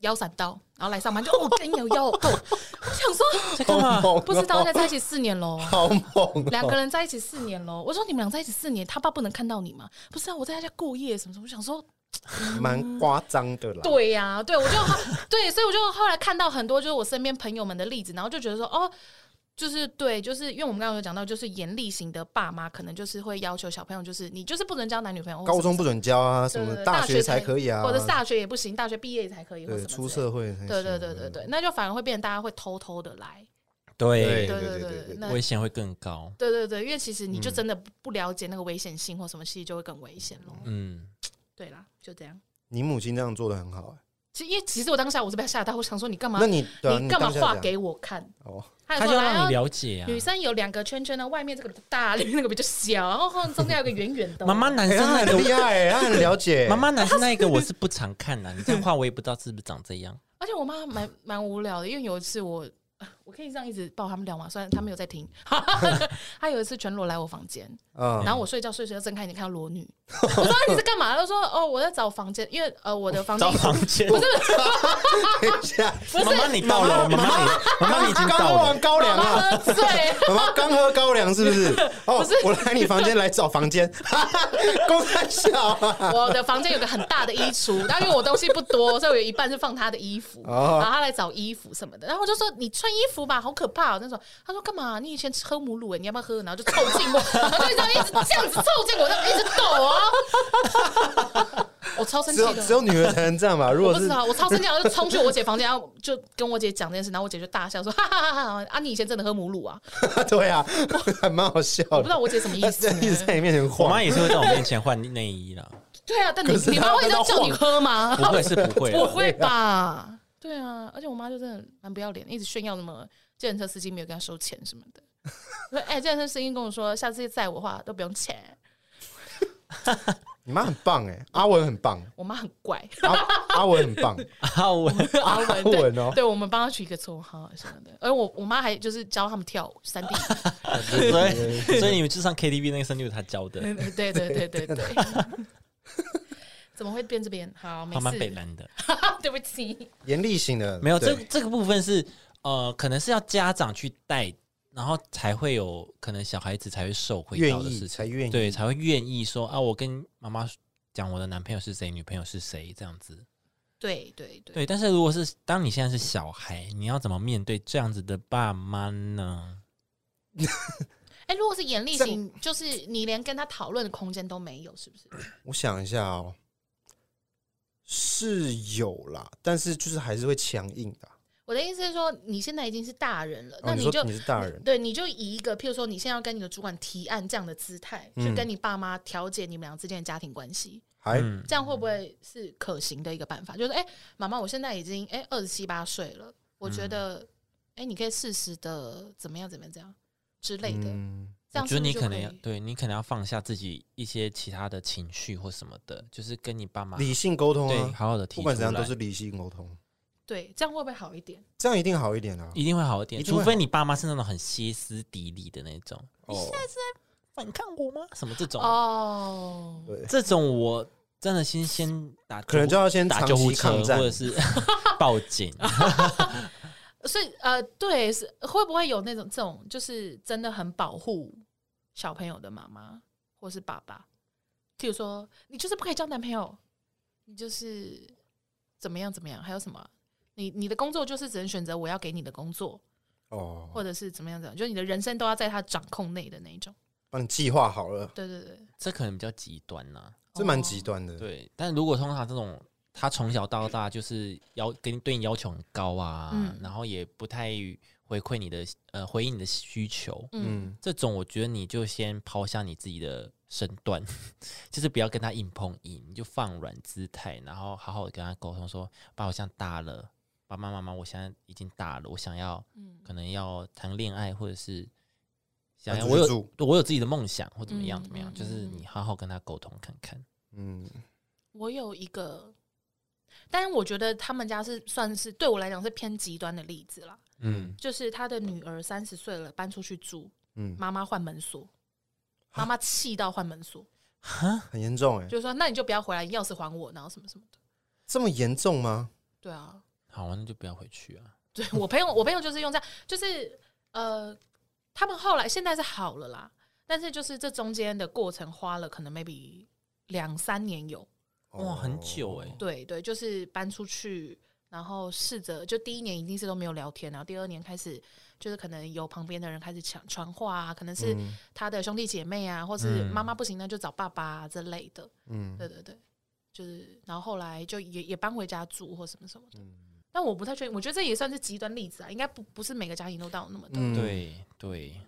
Speaker 3: 腰闪到，然后来上班就哦，跟有 腰痛，我想说
Speaker 2: 在干
Speaker 1: 好
Speaker 2: 嘛？
Speaker 1: 猛哦，
Speaker 3: 不知道在在一起四年喽。
Speaker 1: 好猛哦，
Speaker 3: 两个人在一起四年喽，我说你们俩在一起四年，他爸不能看到你吗？不是啊，我在他家过夜什么什么，我想说
Speaker 1: 蛮夸张的啦。
Speaker 3: 对呀、对我就 对，所以我就后来看到很多就是我身边朋友们的例子，然后就觉得说，哦，就是对，就是因为我们刚刚有讲到，就是严厉型的爸妈可能就是会要求小朋友，就是你就是不能交男女朋友，
Speaker 1: 高中不准教啊，什
Speaker 3: 对
Speaker 1: 么
Speaker 3: 对对
Speaker 1: 大
Speaker 3: 大学
Speaker 1: 才
Speaker 3: 才
Speaker 1: 可以啊，
Speaker 3: 或者是大学也不行，大学毕业才可以，或者
Speaker 1: 对
Speaker 3: 什么之类
Speaker 1: 出
Speaker 3: 的。
Speaker 1: 社会才行，
Speaker 3: 对对对
Speaker 1: 嗯
Speaker 3: 对对，那就反而会变成大家会偷偷的来，
Speaker 1: 对
Speaker 2: 对，
Speaker 3: 对
Speaker 1: 对对
Speaker 3: 对
Speaker 1: 对
Speaker 3: 那
Speaker 2: 危险会更高。
Speaker 3: 对对对，因为其实你
Speaker 1: 嗯
Speaker 3: 就真的不了解那个危险性或什么，其实就会更危险咯。
Speaker 2: 嗯，
Speaker 3: 对啦，就这样。
Speaker 1: 你母亲这样做的很好、欸
Speaker 3: 其实因为其实我当下我是被他吓到，我想说你干嘛
Speaker 1: 那？你对啊、
Speaker 3: 你干嘛
Speaker 1: 当下
Speaker 3: 画
Speaker 1: 讲
Speaker 3: 给我看？
Speaker 1: 哦？
Speaker 3: 他还
Speaker 2: 他
Speaker 3: 说
Speaker 2: 就
Speaker 3: 来
Speaker 2: 让
Speaker 3: 啊
Speaker 2: 你了解啊。
Speaker 3: 女生有两个圈圈呢，外面这个比较大， 里面那个比较小，然后后面中间有个圆圆的。哦
Speaker 2: 妈妈，男
Speaker 1: 哎、
Speaker 2: 生
Speaker 1: 他
Speaker 2: 那
Speaker 1: 很
Speaker 2: 个，
Speaker 1: 厉害、欸，他很了解、
Speaker 2: 妈妈男生那一个我是不常看的。你 这样画我也不知道是不是长这 样。
Speaker 3: 而且我妈蛮蛮无聊的，因为有一次我。啊我可以这样一直抱他们聊嘛，虽然他们有在听。 他有一次全裸来我房间，
Speaker 1: 嗯，
Speaker 3: 然后我睡觉睡睡，睁开眼睛看到裸女， 我说啊你在干嘛？他说哦我在找房间，因为呃我的房间
Speaker 2: 找房间，
Speaker 1: 等一下，
Speaker 2: 妈妈你到了，妈妈你妈妈你已经
Speaker 1: 刚喝
Speaker 2: 到了，
Speaker 1: 完高粱
Speaker 3: 妈妈
Speaker 1: 了。
Speaker 3: 喝醉，
Speaker 1: 妈妈刚喝高粱是不是？哦，
Speaker 3: 不是
Speaker 1: 我来你房间来找房间，哈哈，公开笑 啊！
Speaker 3: 我的房间有个很大的衣橱，但因为我东西不多，所以我有一半是放他的衣服，
Speaker 1: 哦
Speaker 3: 然后他来找衣服什么的，然后我就说你穿衣服吧，好可怕哦那种。他说干嘛？你以前吃喝母乳哎，你要不要喝？然后就凑近 我，然后就这样一直这样子凑近我，然后一直抖啊，我超生
Speaker 1: 只
Speaker 3: 气
Speaker 1: 有只有
Speaker 3: 的。
Speaker 1: 女儿才能这样吧？如
Speaker 3: 我
Speaker 1: 果
Speaker 3: 不
Speaker 1: 是
Speaker 3: 知道，我超生气，我就冲去我姐房间，然后就跟我姐讲这件事，然后我姐就大笑说：“哈哈哈哈啊，你以前真的喝母乳啊？
Speaker 1: 对啊，还蛮好笑
Speaker 3: 我不知
Speaker 1: 的。
Speaker 3: 道我姐什么意
Speaker 1: 她
Speaker 3: 思
Speaker 1: 这。样一直在啊你面前
Speaker 2: 我
Speaker 1: 晃
Speaker 2: 妈，也是会在我面前换内衣啦。
Speaker 3: 对啊，但你
Speaker 1: 可是
Speaker 3: 你
Speaker 1: 她
Speaker 3: 妈会这样叫你喝 吗？
Speaker 2: 不会是不会啦，
Speaker 3: 不会吧？对啊，而且我妈就真的蛮不要脸，一直炫耀什么计程车司机没有跟她收钱什么的。 说哎，计程车司机跟我说，下次载我的话都不用钱。
Speaker 1: 你妈很棒哎，阿文很棒，
Speaker 3: 我妈很 怪，
Speaker 1: 阿阿文很棒，
Speaker 2: 啊，我
Speaker 3: 阿文
Speaker 1: 阿文
Speaker 3: 对
Speaker 1: 哦
Speaker 3: 对我们帮她取一个绰号什么的。而我我妈还就是教他们跳舞三 D，
Speaker 2: 所以所以你们去上 KTV 那个声就是他教的，
Speaker 3: 对对 对对对。 怎么会变这边？好，没
Speaker 2: 他蛮北
Speaker 3: 事，
Speaker 2: 南的。
Speaker 3: 对不起。
Speaker 1: 严厉型的
Speaker 2: 没有这
Speaker 1: 对
Speaker 2: 这个部分是呃，可能是要家长去带，然后才会有可能小孩子才会受惠
Speaker 1: 愿
Speaker 2: 到的
Speaker 1: 意
Speaker 2: 事情，
Speaker 1: 才愿意，
Speaker 2: 对，才会愿意说啊，我跟妈妈讲我的男朋友是谁，女朋友是谁这样子。
Speaker 3: 对对对，
Speaker 2: 对，但是如果是当你现在是小孩，你要怎么面对这样子的爸妈呢？
Speaker 3: 哎，如果是严厉
Speaker 1: 这
Speaker 3: 型，就是你连跟他讨论的空间都没有，是不是？
Speaker 1: 我想一下哦，是有啦，但是就是还是会强硬的啊。
Speaker 3: 我的意思是说，你现在已经是大人了，
Speaker 1: 哦，
Speaker 3: 那
Speaker 1: 你
Speaker 3: 就
Speaker 1: 说你是大人，
Speaker 3: 对，你就以一个譬如说，你现在要跟你的主管提案这样的姿态，去
Speaker 1: 嗯
Speaker 3: 跟你爸妈调解你们俩之间的家庭关系，
Speaker 1: 还
Speaker 2: 嗯，
Speaker 3: 这样会不会是可行的一个办法？就是，哎、妈妈，我现在已经哎二十七八岁了，我觉
Speaker 2: 嗯
Speaker 3: 得，哎、你可以适时的怎么样怎么样这样之类的，
Speaker 1: 嗯，
Speaker 3: 这
Speaker 2: 我
Speaker 3: 样
Speaker 2: 觉得
Speaker 3: 是不
Speaker 2: 你
Speaker 3: 是就
Speaker 2: 可
Speaker 3: 可
Speaker 2: 能要
Speaker 3: 以
Speaker 2: 对你可能要放下自己一些其他的情绪或什么的，就是跟你爸妈
Speaker 1: 理性沟通
Speaker 2: 对
Speaker 1: 啊，
Speaker 2: 好好的提
Speaker 1: 不
Speaker 2: 出
Speaker 1: 管怎样
Speaker 2: 来
Speaker 1: 都是理性沟通，
Speaker 3: 对，这样会不会好一点？
Speaker 1: 这样一定好一点啊。
Speaker 2: 一定会好一点，
Speaker 1: 一定会
Speaker 2: 除
Speaker 1: 好
Speaker 2: 非你爸妈是那种很歇斯底里的那种，
Speaker 1: 哦，
Speaker 2: 反抗我吗？什么这种？
Speaker 3: 哦，
Speaker 1: 对，
Speaker 2: 这种我真的先先打，
Speaker 1: 可能就要先
Speaker 2: 打
Speaker 1: 长
Speaker 2: 救护
Speaker 1: 期
Speaker 2: 车
Speaker 1: 抗
Speaker 2: 或
Speaker 1: 战，
Speaker 2: 者 是报警。
Speaker 3: 所以呃，对，是会不会有那种这种就是真的很保护小朋友的妈妈或是爸爸？譬如说，你就是不可以交男朋友，你就是怎么样怎么样，还有什么啊？你你的工作就是只能选择我要给你的工作，
Speaker 1: 哦，
Speaker 3: 或者是怎么样怎么样，就是你的人生都要在他掌控内的那一种。
Speaker 1: 帮你计划好了，
Speaker 3: 对对对，
Speaker 2: 这可能比较极端呐、
Speaker 1: 这
Speaker 3: 嗯
Speaker 1: 蛮极端
Speaker 3: 哦
Speaker 1: 的。
Speaker 2: 对，但如果通常这种他从小到大就是要跟对你要求很高啊，
Speaker 3: 嗯
Speaker 2: 然后也不太回馈你的呃回应你的需求，
Speaker 3: 哦。嗯，
Speaker 1: 嗯，
Speaker 2: 这种我觉得你就先抛下你自己的身段， 就是不要跟他硬碰硬，你就放软姿态，然后好好的跟他沟通说，爸，我现在大了，爸爸妈妈，我现在已经大了，我想要，
Speaker 3: 嗯
Speaker 2: 可能要谈恋爱，或者是想要
Speaker 1: 搬出
Speaker 2: 我
Speaker 1: 去
Speaker 2: 有
Speaker 1: 住
Speaker 2: 我有自己的梦想或怎么样
Speaker 3: 嗯
Speaker 2: 怎么样，
Speaker 3: 嗯
Speaker 2: 就是
Speaker 3: 嗯嗯
Speaker 2: 你好好跟他沟通看看。
Speaker 1: 嗯，
Speaker 3: 我有一个但是我觉得他们家是算是对我来讲是偏极端的例子啦，
Speaker 2: 嗯，
Speaker 3: 就是他的女儿三十岁了，搬出去住，
Speaker 1: 嗯，
Speaker 3: 妈妈换门锁，妈妈气到换门锁，
Speaker 2: 哈，
Speaker 1: 很严重哎、
Speaker 3: 就是说那你就不要回来，钥匙还我，然后什么什么的。
Speaker 1: 这么严重吗？
Speaker 3: 对 啊，
Speaker 2: 好啊，那就不要回去啊。
Speaker 3: 对我朋友，我朋友就是用这样，就是呃，他们后来现在是好了啦，但是就是这中间的过程花了可能 maybe 两三年有，
Speaker 1: 哦
Speaker 2: 哇很久欸
Speaker 3: 对对，就是搬出去，然后试着就第一年一定是都没有聊天，然后啊第二年开始就是可能有旁边的人开始抢传话啊，可能是
Speaker 1: 嗯
Speaker 3: 他的兄弟姐妹啊，或是
Speaker 2: 嗯
Speaker 3: 妈妈不行那就找爸爸、啊、这类的，
Speaker 1: 嗯
Speaker 3: 对对对，就是然后后来就也也搬回家住或什么什么的。
Speaker 1: 嗯
Speaker 3: 但我不太确定，我觉得这也算是极端例子啊，应该不不是每个家庭都到那么的。
Speaker 1: 嗯
Speaker 2: 对对，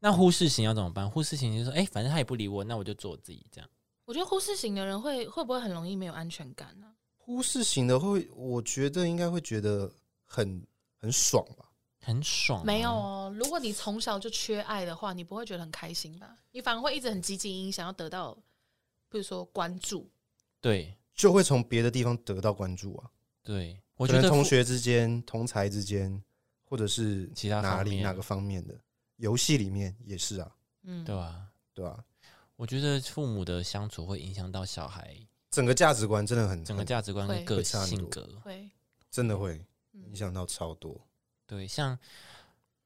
Speaker 2: 那忽视型要怎么办？忽视型就说，哎、反正他也不理我，那我就做我自己这样。
Speaker 3: 我觉得忽视型的人会会不会很容易没有安全感啊呢、
Speaker 1: 忽视型的会，我觉得应该会觉得很很爽吧。
Speaker 2: 很爽、啊
Speaker 3: 没有，哦，如果你从小就缺爱的话，你不会觉得很开心吧？你反而会一直很积极，想要得到，比如说关注。
Speaker 2: 对
Speaker 1: 就会从别的地方得到关注啊，
Speaker 2: 对，我
Speaker 1: 我
Speaker 2: 觉得
Speaker 1: 同
Speaker 2: 父
Speaker 1: 学之间、同才之间，或者是
Speaker 2: 其他
Speaker 1: 哪
Speaker 2: 方
Speaker 1: 里
Speaker 2: 面
Speaker 1: 哪个方面的游戏里面也是啊，
Speaker 3: 嗯，
Speaker 2: 对吧、
Speaker 1: 对吧、
Speaker 2: 我觉得父母的相处会影响到小孩
Speaker 1: 整个价值观真的很
Speaker 2: 整个
Speaker 1: 很
Speaker 2: 价值观跟
Speaker 3: 会
Speaker 2: 个
Speaker 1: 嗯会差很
Speaker 2: 性
Speaker 1: 多
Speaker 2: 格。
Speaker 3: 会，
Speaker 1: 真的会
Speaker 3: 嗯
Speaker 1: 影，响到超多。
Speaker 2: 对，像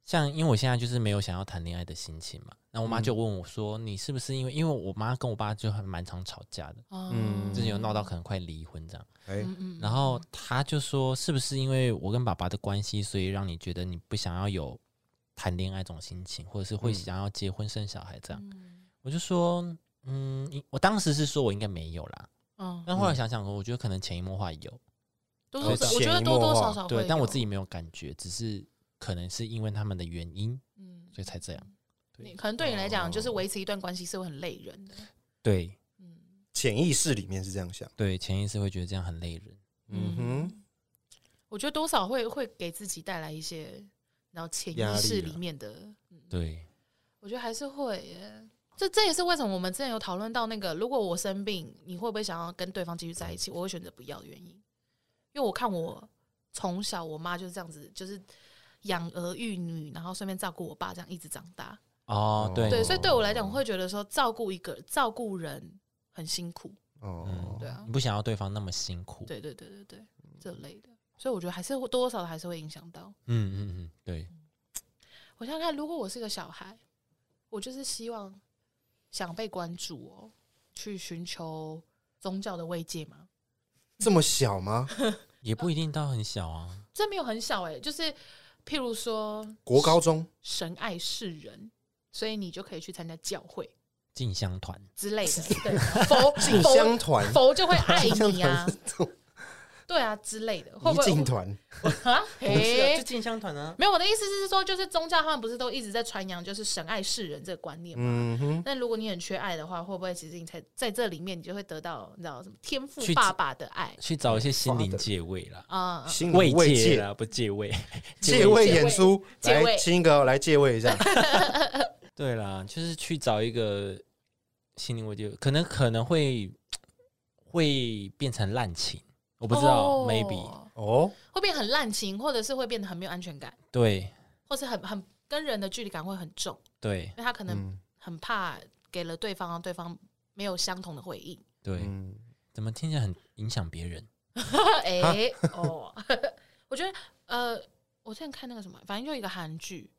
Speaker 2: 像因为我现在就是没有想要谈恋爱的心情嘛，那我妈
Speaker 1: 嗯
Speaker 2: 就问我说：“你是不是因为因为我妈跟我爸就很蛮常吵架的，
Speaker 3: 哦
Speaker 1: 嗯
Speaker 2: 之前有闹到可能快离婚这样。”
Speaker 1: 哎、
Speaker 3: 嗯嗯
Speaker 2: 然后他就说：“是不是因为我跟爸爸的关系，所以让你觉得你不想要有谈恋爱这种心情，或者是会
Speaker 1: 嗯
Speaker 2: 想要结婚生小孩这样？”
Speaker 3: 嗯
Speaker 2: 我就说：“嗯，你我当时是说我应该没有啦，
Speaker 3: 嗯，
Speaker 2: 但后来想想，我觉得可能潜移默化有，
Speaker 3: 多多
Speaker 1: 对
Speaker 3: 少我觉得
Speaker 1: 潜移
Speaker 3: 多
Speaker 1: 默
Speaker 3: 多
Speaker 1: 化
Speaker 3: 少少哦会
Speaker 2: 对，但我
Speaker 3: 有
Speaker 2: 自己没有感觉，只是可能是因为他们的原因，
Speaker 3: 嗯
Speaker 2: 所以才这样。对
Speaker 3: 你可能对你来讲，就是
Speaker 1: 哦
Speaker 3: 维持一段关系是会很累人的。
Speaker 2: 对
Speaker 3: 嗯
Speaker 1: 潜意识里面是这样想，
Speaker 2: 对，潜意识会觉得这样很累人。
Speaker 1: 嗯哼，，
Speaker 3: 我觉得多少会会给自己带来一些，然后潜
Speaker 1: 压
Speaker 3: 意
Speaker 1: 力
Speaker 3: 识
Speaker 1: 啊
Speaker 3: 里面的，嗯，
Speaker 2: 对，
Speaker 3: 我觉得还是会耶。这这也是为什么我们之前有讨论到那个，如果我生病，你会不会想要跟对方继续在一
Speaker 1: 嗯
Speaker 3: 起？我会选择不要的原因，因为我看我从小我妈就是这样子，就是养儿育女，然后顺便照顾我爸，这样一直长大。
Speaker 2: 哦，对
Speaker 3: 对，所以对我来讲，我会觉得说照顾一个照顾人很辛苦。
Speaker 1: 哦
Speaker 2: 嗯，
Speaker 3: 对啊
Speaker 2: 你不想要对方那么辛苦。
Speaker 3: 对对对对对，这类的，所以我觉得还是会多多少少还是会影响到。
Speaker 2: 嗯嗯嗯，对，
Speaker 3: 我想想看，如果我是个小孩，我就是希望想被关注哦，去寻求宗教的慰藉嘛。
Speaker 1: 这么小吗？
Speaker 2: 也不一
Speaker 3: 嗯
Speaker 2: 定到很小啊。
Speaker 3: 这没有很小哎、就是譬如说
Speaker 1: 国高 中
Speaker 3: 神爱世人，所以你就可以去参加教会
Speaker 2: 进香团，
Speaker 3: 之类的，对，佛
Speaker 1: 进
Speaker 3: 佛
Speaker 1: 香 团，
Speaker 3: 佛就会爱
Speaker 1: 进香
Speaker 3: 你啊
Speaker 1: 团，是这种
Speaker 3: 对啊之类的，会
Speaker 1: 一
Speaker 3: 不会
Speaker 1: 进团
Speaker 3: 啊？嘿
Speaker 2: 进香团啊。
Speaker 3: 没有，我的意思是说，就是宗教他们不是都一直在传扬就是神爱世人这个观念吗？
Speaker 1: 嗯哼，
Speaker 3: 那如果你很缺爱的话，会不会其实你才在这里面，你就会得到你知道什么天赋
Speaker 2: 去
Speaker 3: 爸爸的爱
Speaker 2: 去找一些心灵
Speaker 1: Father
Speaker 2: 借位啦，
Speaker 3: 啊？
Speaker 1: 心
Speaker 2: 嗯慰
Speaker 1: 理慰
Speaker 2: 藉
Speaker 1: 藉
Speaker 2: 啦，不借位。
Speaker 1: 借位演出，
Speaker 3: 借位
Speaker 1: 来亲一个哦来借位 一下，
Speaker 2: 对啦，就是去找一个心灵慰藉，可能可能会会变成滥情，我不知道、
Speaker 3: 哦
Speaker 2: m a y b e
Speaker 1: 哦，
Speaker 3: 会变很滥情，或者是会变得很没有安全感，
Speaker 2: 对
Speaker 3: 或是很很跟人的距离感会很重，
Speaker 2: 对
Speaker 3: 因为他可能
Speaker 1: 嗯
Speaker 3: 很怕给了对方，对方没有相同的回应。
Speaker 2: 对、
Speaker 1: 嗯，
Speaker 2: 怎么听起来很影响别人？
Speaker 3: 哎、哦，我觉得呃，我之前看那个什么，反正就一个韩剧，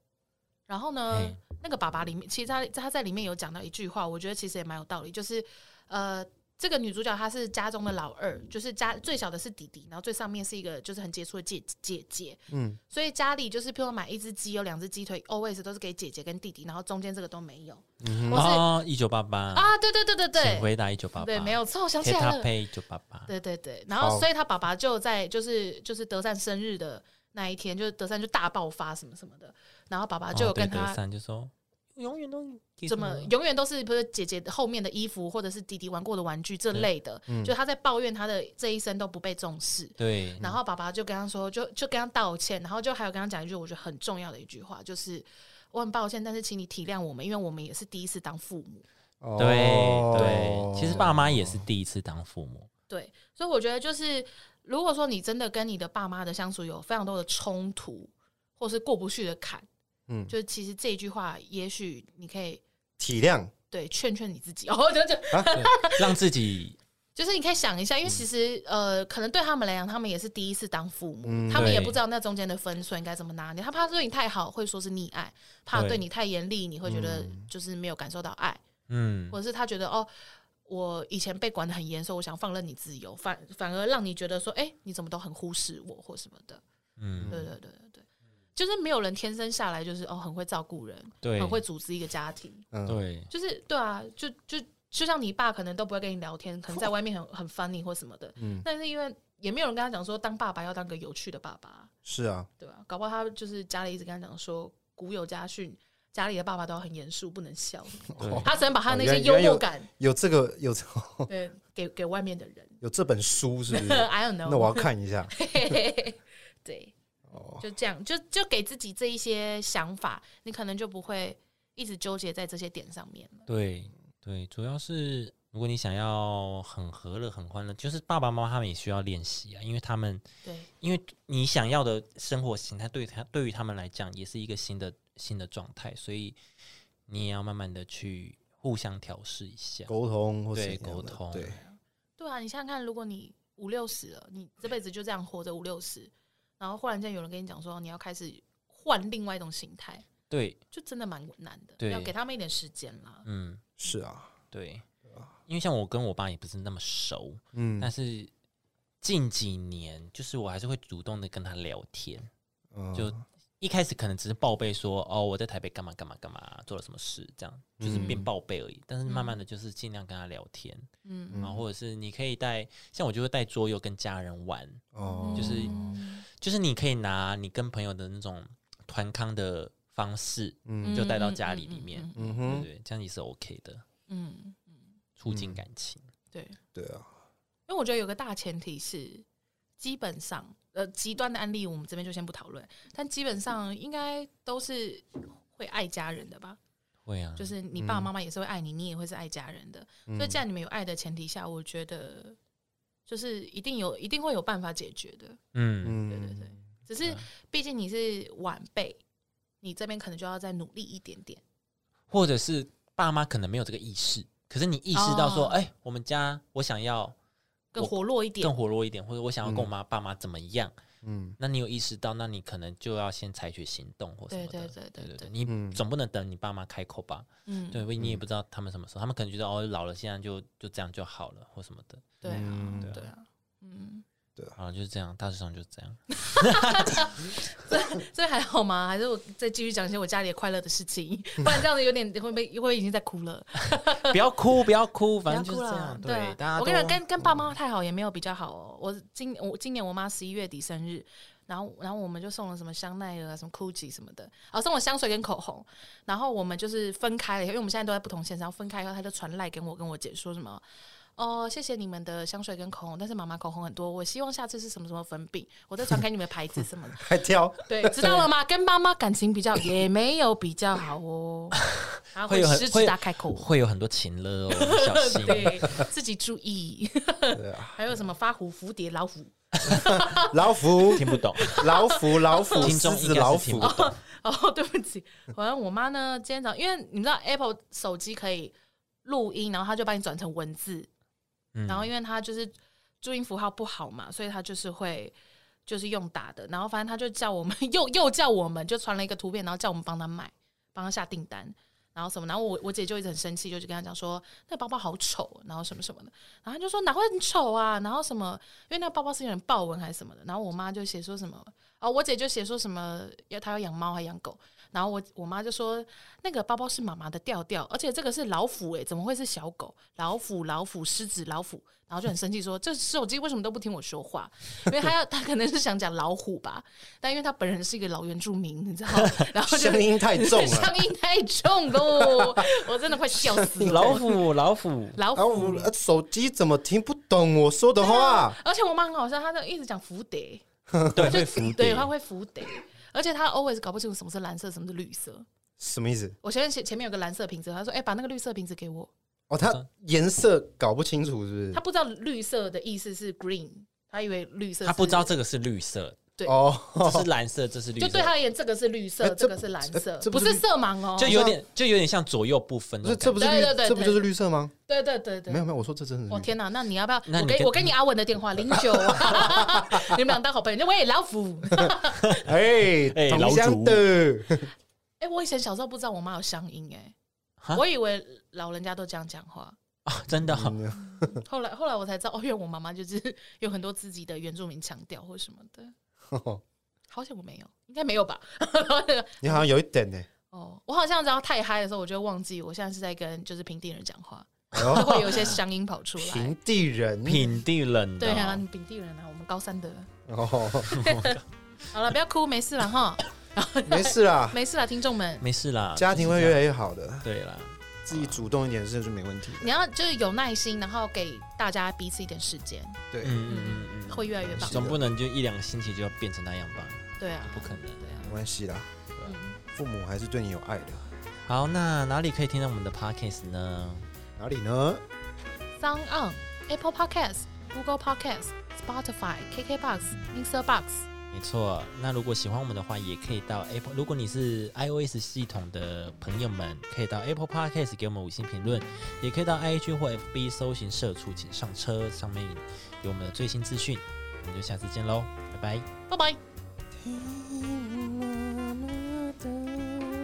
Speaker 3: 然后呢，
Speaker 2: 哎
Speaker 3: 那个爸爸里面，其实他他在里面有讲到一句话，我觉得其实也蛮有道理，就是呃，这个女主角她是家中的老二，就是家最小的是弟弟，然后最上面是一个就是很杰出的姐姐姐，
Speaker 1: 嗯，
Speaker 3: 所以家里就是譬如买一只鸡，哦有两只鸡腿，always 都是给姐姐跟弟弟，然后中间这个都没有、
Speaker 1: 嗯
Speaker 3: 我是
Speaker 2: 哦，一九八八，
Speaker 3: 啊，对对对对
Speaker 2: 请
Speaker 3: 对，
Speaker 2: 回答一九八八，
Speaker 3: 对，没有错，想起
Speaker 2: 铁
Speaker 3: 来
Speaker 2: 塔
Speaker 3: 了。
Speaker 2: 配一九八八，
Speaker 3: 对对对，然后
Speaker 1: 好
Speaker 3: 所以他爸爸就在就是就是德善生日的那一天，就是德善就大爆发什么什么的，然后爸爸就有
Speaker 2: 哦对
Speaker 3: 跟
Speaker 2: 德
Speaker 3: 他
Speaker 2: 善就嗯说永远都给
Speaker 3: 怎
Speaker 2: 什
Speaker 3: 么永远都是不是姐姐后面的衣服或者是弟弟玩过的玩具这类的，
Speaker 2: 嗯
Speaker 3: 就他在抱怨他的这一生都不被重视。
Speaker 2: 对
Speaker 3: 然后爸爸就跟他说，就就跟他道歉，然后就还有跟他讲一句我觉得很重要的一句话，就是我很抱歉，但是请你体谅我们，因为我们也是第一次当父母。
Speaker 1: 哦
Speaker 3: 哦
Speaker 2: 对对，其实爸妈也是第一次当父母，
Speaker 3: 对，所以我觉得就是，如果说你真的跟你的爸妈的相处有非常多的冲突，或是过不去的坎，
Speaker 1: 嗯，
Speaker 3: 就是其实这一句话，也许你可以
Speaker 1: 体谅啊
Speaker 3: 对劝劝你自己， 哦，就就
Speaker 2: 让自己
Speaker 3: 就是你可以想一下，因为
Speaker 1: 嗯
Speaker 3: 其实、呃，可能对他们来讲，他们也是第一次当父母，
Speaker 1: 嗯
Speaker 3: 他们也
Speaker 2: 对
Speaker 3: 不知道那中间的分寸应该怎么拿捏。他怕对你太好，会说是溺爱；怕
Speaker 2: 对
Speaker 3: 对你太严厉，你会觉得
Speaker 1: 嗯
Speaker 3: 就是没有感受到爱，
Speaker 2: 嗯
Speaker 3: 或者是他觉得哦，我以前被管得很严，所以我想放任你自由，反反而让你觉得说，哎、你怎么都很忽视我或什么的。
Speaker 2: 嗯
Speaker 3: 对对对对对，就是没有人天生下来就是哦很会照顾人，
Speaker 2: 对
Speaker 3: 很会组织一个家庭。
Speaker 1: 嗯，
Speaker 2: 对
Speaker 3: 就是对啊，就就就像你爸可能都不会跟你聊天，可能在外面很很 funny 或什么的，
Speaker 1: 嗯
Speaker 3: 但是因为也没有人跟他讲说当爸爸要当个有趣的爸爸，
Speaker 1: 是啊，
Speaker 3: 对吧、搞不好他就是家里一直跟他讲说古有家训，家里的爸爸都要很严肃，不能 笑，
Speaker 2: 对
Speaker 3: 他只能把他那
Speaker 1: 哦
Speaker 3: 些
Speaker 1: 原
Speaker 3: 幽默感
Speaker 1: 有这个 有这
Speaker 3: 对给给外面的人。
Speaker 1: 有这本书是不是？
Speaker 3: I don't know，
Speaker 1: 嗯那我要看一下。
Speaker 3: 对，
Speaker 1: 哦，
Speaker 3: 就这样，就就给自己这一些想法，你可能就不会一直纠结在这些点上面了。
Speaker 2: 对对，主要是如果你想要很和乐、很欢乐，就是爸爸妈妈他们也需要练习啊，因为他们
Speaker 3: 对，
Speaker 2: 因为你想要的生活形态，对他对于他们来讲也是一个新的新的状态，所以你也要慢慢的去互相调试一下。
Speaker 1: 沟通或是
Speaker 2: 对
Speaker 1: 怎样的
Speaker 2: 沟通
Speaker 1: 对，
Speaker 3: 对啊，你想想看，如果你五六十了，你这辈子就这样活着五六十，然后忽然间有人跟你讲说你要开始换另外一种形态，
Speaker 2: 对，
Speaker 3: 就真的蛮难的，
Speaker 2: 对
Speaker 3: 要给他们一点时间啦。
Speaker 2: 嗯，
Speaker 1: 是啊，
Speaker 2: 对，因为像我跟我爸也不是那么熟，
Speaker 1: 嗯
Speaker 2: 但是近几年就是我还是会主动的跟他聊天，
Speaker 1: 嗯
Speaker 2: 就一开始可能只是报备说哦我在台北干嘛干嘛干嘛做了什么事，这样就是变
Speaker 3: 嗯
Speaker 2: 报备而已。但是慢慢的就是尽量跟他聊天，
Speaker 3: 嗯，
Speaker 1: 嗯
Speaker 2: 然后或者是你可以带，像我就会带桌游跟家人玩，
Speaker 1: 哦，
Speaker 2: 就是
Speaker 3: 嗯
Speaker 2: 就是你可以拿你跟朋友的那种团康的方式，
Speaker 1: 嗯
Speaker 2: 就带到家里里面
Speaker 3: 嗯
Speaker 1: 嗯
Speaker 2: 对不
Speaker 1: 哼，
Speaker 2: 对？这样也是 OK 的，
Speaker 3: 嗯嗯嗯
Speaker 2: 促进感情。
Speaker 3: 对，
Speaker 1: 对啊，
Speaker 3: 因为我觉得有个大前提是，基本上呃极端的案例我们这边就先不讨论，但基本上应该都是会爱家人的吧。
Speaker 2: 会啊，
Speaker 3: 就是你爸爸妈妈也是会爱你，你也会是爱家人的。
Speaker 1: 嗯
Speaker 3: 所以既然你们有爱的前提下，我觉得就是一定有，一定会有办法解决的。
Speaker 2: 嗯，
Speaker 1: 嗯，
Speaker 3: 对对对，只是毕竟你是晚辈，你这边可能就要再努力一点点。
Speaker 2: 或者是爸妈可能没有这个意识，可是你意识到说，
Speaker 3: 哦
Speaker 2: 哎、我们家我想要
Speaker 3: 更
Speaker 2: 我
Speaker 3: 活络一点
Speaker 2: 更，活络一点，或者我想要跟我妈爸妈怎么样，
Speaker 1: 嗯
Speaker 2: 那你有意识到，那你可能就要先采取行动或什么的。
Speaker 3: 对对对对
Speaker 2: 对
Speaker 3: 对
Speaker 2: 你
Speaker 1: 嗯
Speaker 2: 总不能等你爸妈开口吧？
Speaker 3: 嗯，
Speaker 2: 对，因为你也不知道他们什么时候，他们可能觉得哦老了，现在就就这样就好了或什么的。
Speaker 3: 对啊
Speaker 1: 嗯，
Speaker 3: 对啊，嗯，
Speaker 2: 好了，就是这样，大致上就是这 样。
Speaker 3: 这还好吗？还是我再继续讲一些我家里的快乐的事情，不然这样子有点会不会会不会已经在哭了？
Speaker 2: 不要哭，不要哭，
Speaker 3: 不
Speaker 2: 反
Speaker 3: 要
Speaker 2: 正就
Speaker 3: 哭
Speaker 2: 是这
Speaker 3: 了
Speaker 2: 样。，
Speaker 3: 对啊
Speaker 2: 大家
Speaker 3: 我跟你讲，
Speaker 2: 都
Speaker 3: 跟跟爸妈太好也没有比较好哦。我今我今年我妈十一月底生日，然后然后我们就送了什么香奈儿啊、什么 GUCCI 什么的，啊，送我香水跟口红。然后我们就是分开了以后，因为我们现在都在不同线上，分开以后她就传赖跟我跟我姐说什么。哦，谢谢你们的香水跟口红，但是妈妈口红很多，我希望下次是什么什么粉饼， 我再传给你们牌子什么的。
Speaker 1: 还挑，
Speaker 3: 对，知道了吗？跟妈妈感情比较 也没有比较好 哦，然后
Speaker 2: 会有很
Speaker 3: 狮
Speaker 2: 会
Speaker 3: 子大开 口。
Speaker 2: 会有很多情了 哦，小心。
Speaker 3: 对自己注意，
Speaker 1: 对啊，
Speaker 3: 还有什么发虎、蝴蝶、老虎？
Speaker 1: 老虎，
Speaker 2: 听不懂，
Speaker 1: 老虎，老虎，
Speaker 2: 听众
Speaker 1: 狮
Speaker 2: 应
Speaker 1: 子，
Speaker 2: 该
Speaker 1: 老
Speaker 2: 是听不，
Speaker 1: 虎
Speaker 2: 懂。
Speaker 3: 哦，对不起，好像我妈呢，今天早上因为你知道 Apple 手机可以录音，然后她就把你转成文字，
Speaker 2: 嗯
Speaker 3: 然后因为她就是注音符号不好嘛，所以她就是会就是用打的，然后反正她就叫我们 又又叫我们就传了一个图片，然后叫我们帮她买，帮她下订单。然后什么？然后我我姐就一直很生气，就去跟她讲说那个包包好丑，哦然后什么什么的。然后她就说哪会很丑啊？然后什么？因为那个包包是有人豹纹还是什么的。然后我妈就写说什么哦，我姐就写说什么要她要养猫还养狗，然后我我妈就说那个包包是妈妈的调调，而且这个是老虎诶、欸怎么会是小狗？老虎老虎狮子老虎，然后就很生气说这手机为什么都不听我说话？因为她要她可能是想讲老虎吧，但因为她本人是一个老原住民，你知道， 然后就
Speaker 1: 声。音太重 了，
Speaker 3: 声音太重喽，我真的快笑死了。
Speaker 2: 老虎，老 虎，
Speaker 3: 老
Speaker 1: 老
Speaker 3: 虎
Speaker 1: 虎，呃手机怎么听不懂我说的话？
Speaker 3: 而且我妈很好笑，她就一直讲福蝶，
Speaker 2: 对，会伏
Speaker 3: 对，
Speaker 2: 地
Speaker 3: 她会福蝶，而且她 always 搞不清楚什么是蓝色，什么是绿色。
Speaker 1: 什么意思？
Speaker 3: 我前面前前面有个蓝色瓶子，她说：“哎、把那个绿色瓶子给我。”
Speaker 1: 哦，它颜色搞不清楚是不是
Speaker 3: 他？不知道绿色的意思是 green，他以为绿色是
Speaker 2: 他不知道这个是绿色，
Speaker 3: 对
Speaker 1: 哦，
Speaker 2: 这是蓝色，这是绿
Speaker 3: 就
Speaker 2: 色，
Speaker 3: 对他而言，这个是绿色，
Speaker 1: 哎
Speaker 3: 这
Speaker 1: 这
Speaker 3: 个是蓝
Speaker 1: 这
Speaker 3: 色，
Speaker 1: 这
Speaker 3: 不
Speaker 1: 不
Speaker 3: 是
Speaker 1: 是
Speaker 3: 色盲哦。
Speaker 2: 就有点就有点像左右不分
Speaker 1: 不
Speaker 2: 的
Speaker 1: 是
Speaker 2: 感觉。
Speaker 1: 这不是
Speaker 3: 对
Speaker 1: 绿
Speaker 3: 对对，
Speaker 1: 这不就是绿色吗？
Speaker 3: 对对对对，
Speaker 1: 没有没有，我说这真的是
Speaker 3: 我
Speaker 1: 绿色。
Speaker 3: 天哪，那你要不要？
Speaker 2: 那
Speaker 3: 我
Speaker 2: 你
Speaker 3: 给
Speaker 2: 跟
Speaker 3: 我给你阿文的电话零九，你们俩当好朋友。那喂，老虎。
Speaker 1: 哎
Speaker 2: 哎
Speaker 1: 同
Speaker 2: 老
Speaker 1: 乡
Speaker 2: 祖
Speaker 1: 的，
Speaker 3: 哎，我以前小时候不知道我妈有乡音，哎，
Speaker 2: 哈
Speaker 3: 我以为老人家都这样讲话。
Speaker 2: 啊，真的哦，
Speaker 1: 嗯
Speaker 3: 后来后来我才知道，哦，原来我妈妈就是有很多自己的原住民腔调或什么的。 好险我没有，应该没有吧？
Speaker 1: 你好像有一点呢。
Speaker 3: 哦，我好像只要太嗨的时候，我就会忘记我现在是在跟就是平地人讲话，
Speaker 1: 哎
Speaker 2: 哦
Speaker 3: 就
Speaker 1: 呦
Speaker 3: 会有一些乡音跑 出来
Speaker 1: 平。地人，
Speaker 2: 品地冷的
Speaker 3: 对
Speaker 2: 哦。
Speaker 3: 啊，你平地人啊，我们高三的。
Speaker 1: 哦，
Speaker 3: 好了，不要哭，没事了哈，
Speaker 1: 没事啦，
Speaker 3: 没事了，听众们。
Speaker 2: 没事啦，
Speaker 1: 家庭
Speaker 2: 就是
Speaker 1: 会
Speaker 2: 这
Speaker 1: 越
Speaker 2: 样
Speaker 1: 来越好的，
Speaker 2: 对啦。
Speaker 1: 自己主动一点是就没问题的。
Speaker 3: 你要就是有耐心，然后给大家彼此一点时间，
Speaker 1: 对
Speaker 2: 嗯，嗯嗯嗯，
Speaker 3: 会越来越棒。
Speaker 2: 总不能就一两个星期就要变成那样吧？
Speaker 3: 对啊，
Speaker 2: 不可能。
Speaker 3: 对啊，
Speaker 1: 没关系啦，
Speaker 3: 嗯，
Speaker 1: 父母还是对你有爱的。
Speaker 2: 好，那哪里可以听到我们的 podcast 呢？
Speaker 1: 哪里呢？
Speaker 3: s o n On、Apple Podcast、Google Podcast、Spotify、KKBox、Mixer Box。
Speaker 2: 没错，那如果喜欢我们的话，也可以到 Apple。如果你是 iOS 系统的朋友们，可以到 Apple Podcast 给我们五星评论，也可以到 IG 或 FB 搜寻“社畜”，请上车，上面有我们的最新资讯。我们就下次见喽，拜拜。
Speaker 3: 拜拜。
Speaker 1: 听妈妈的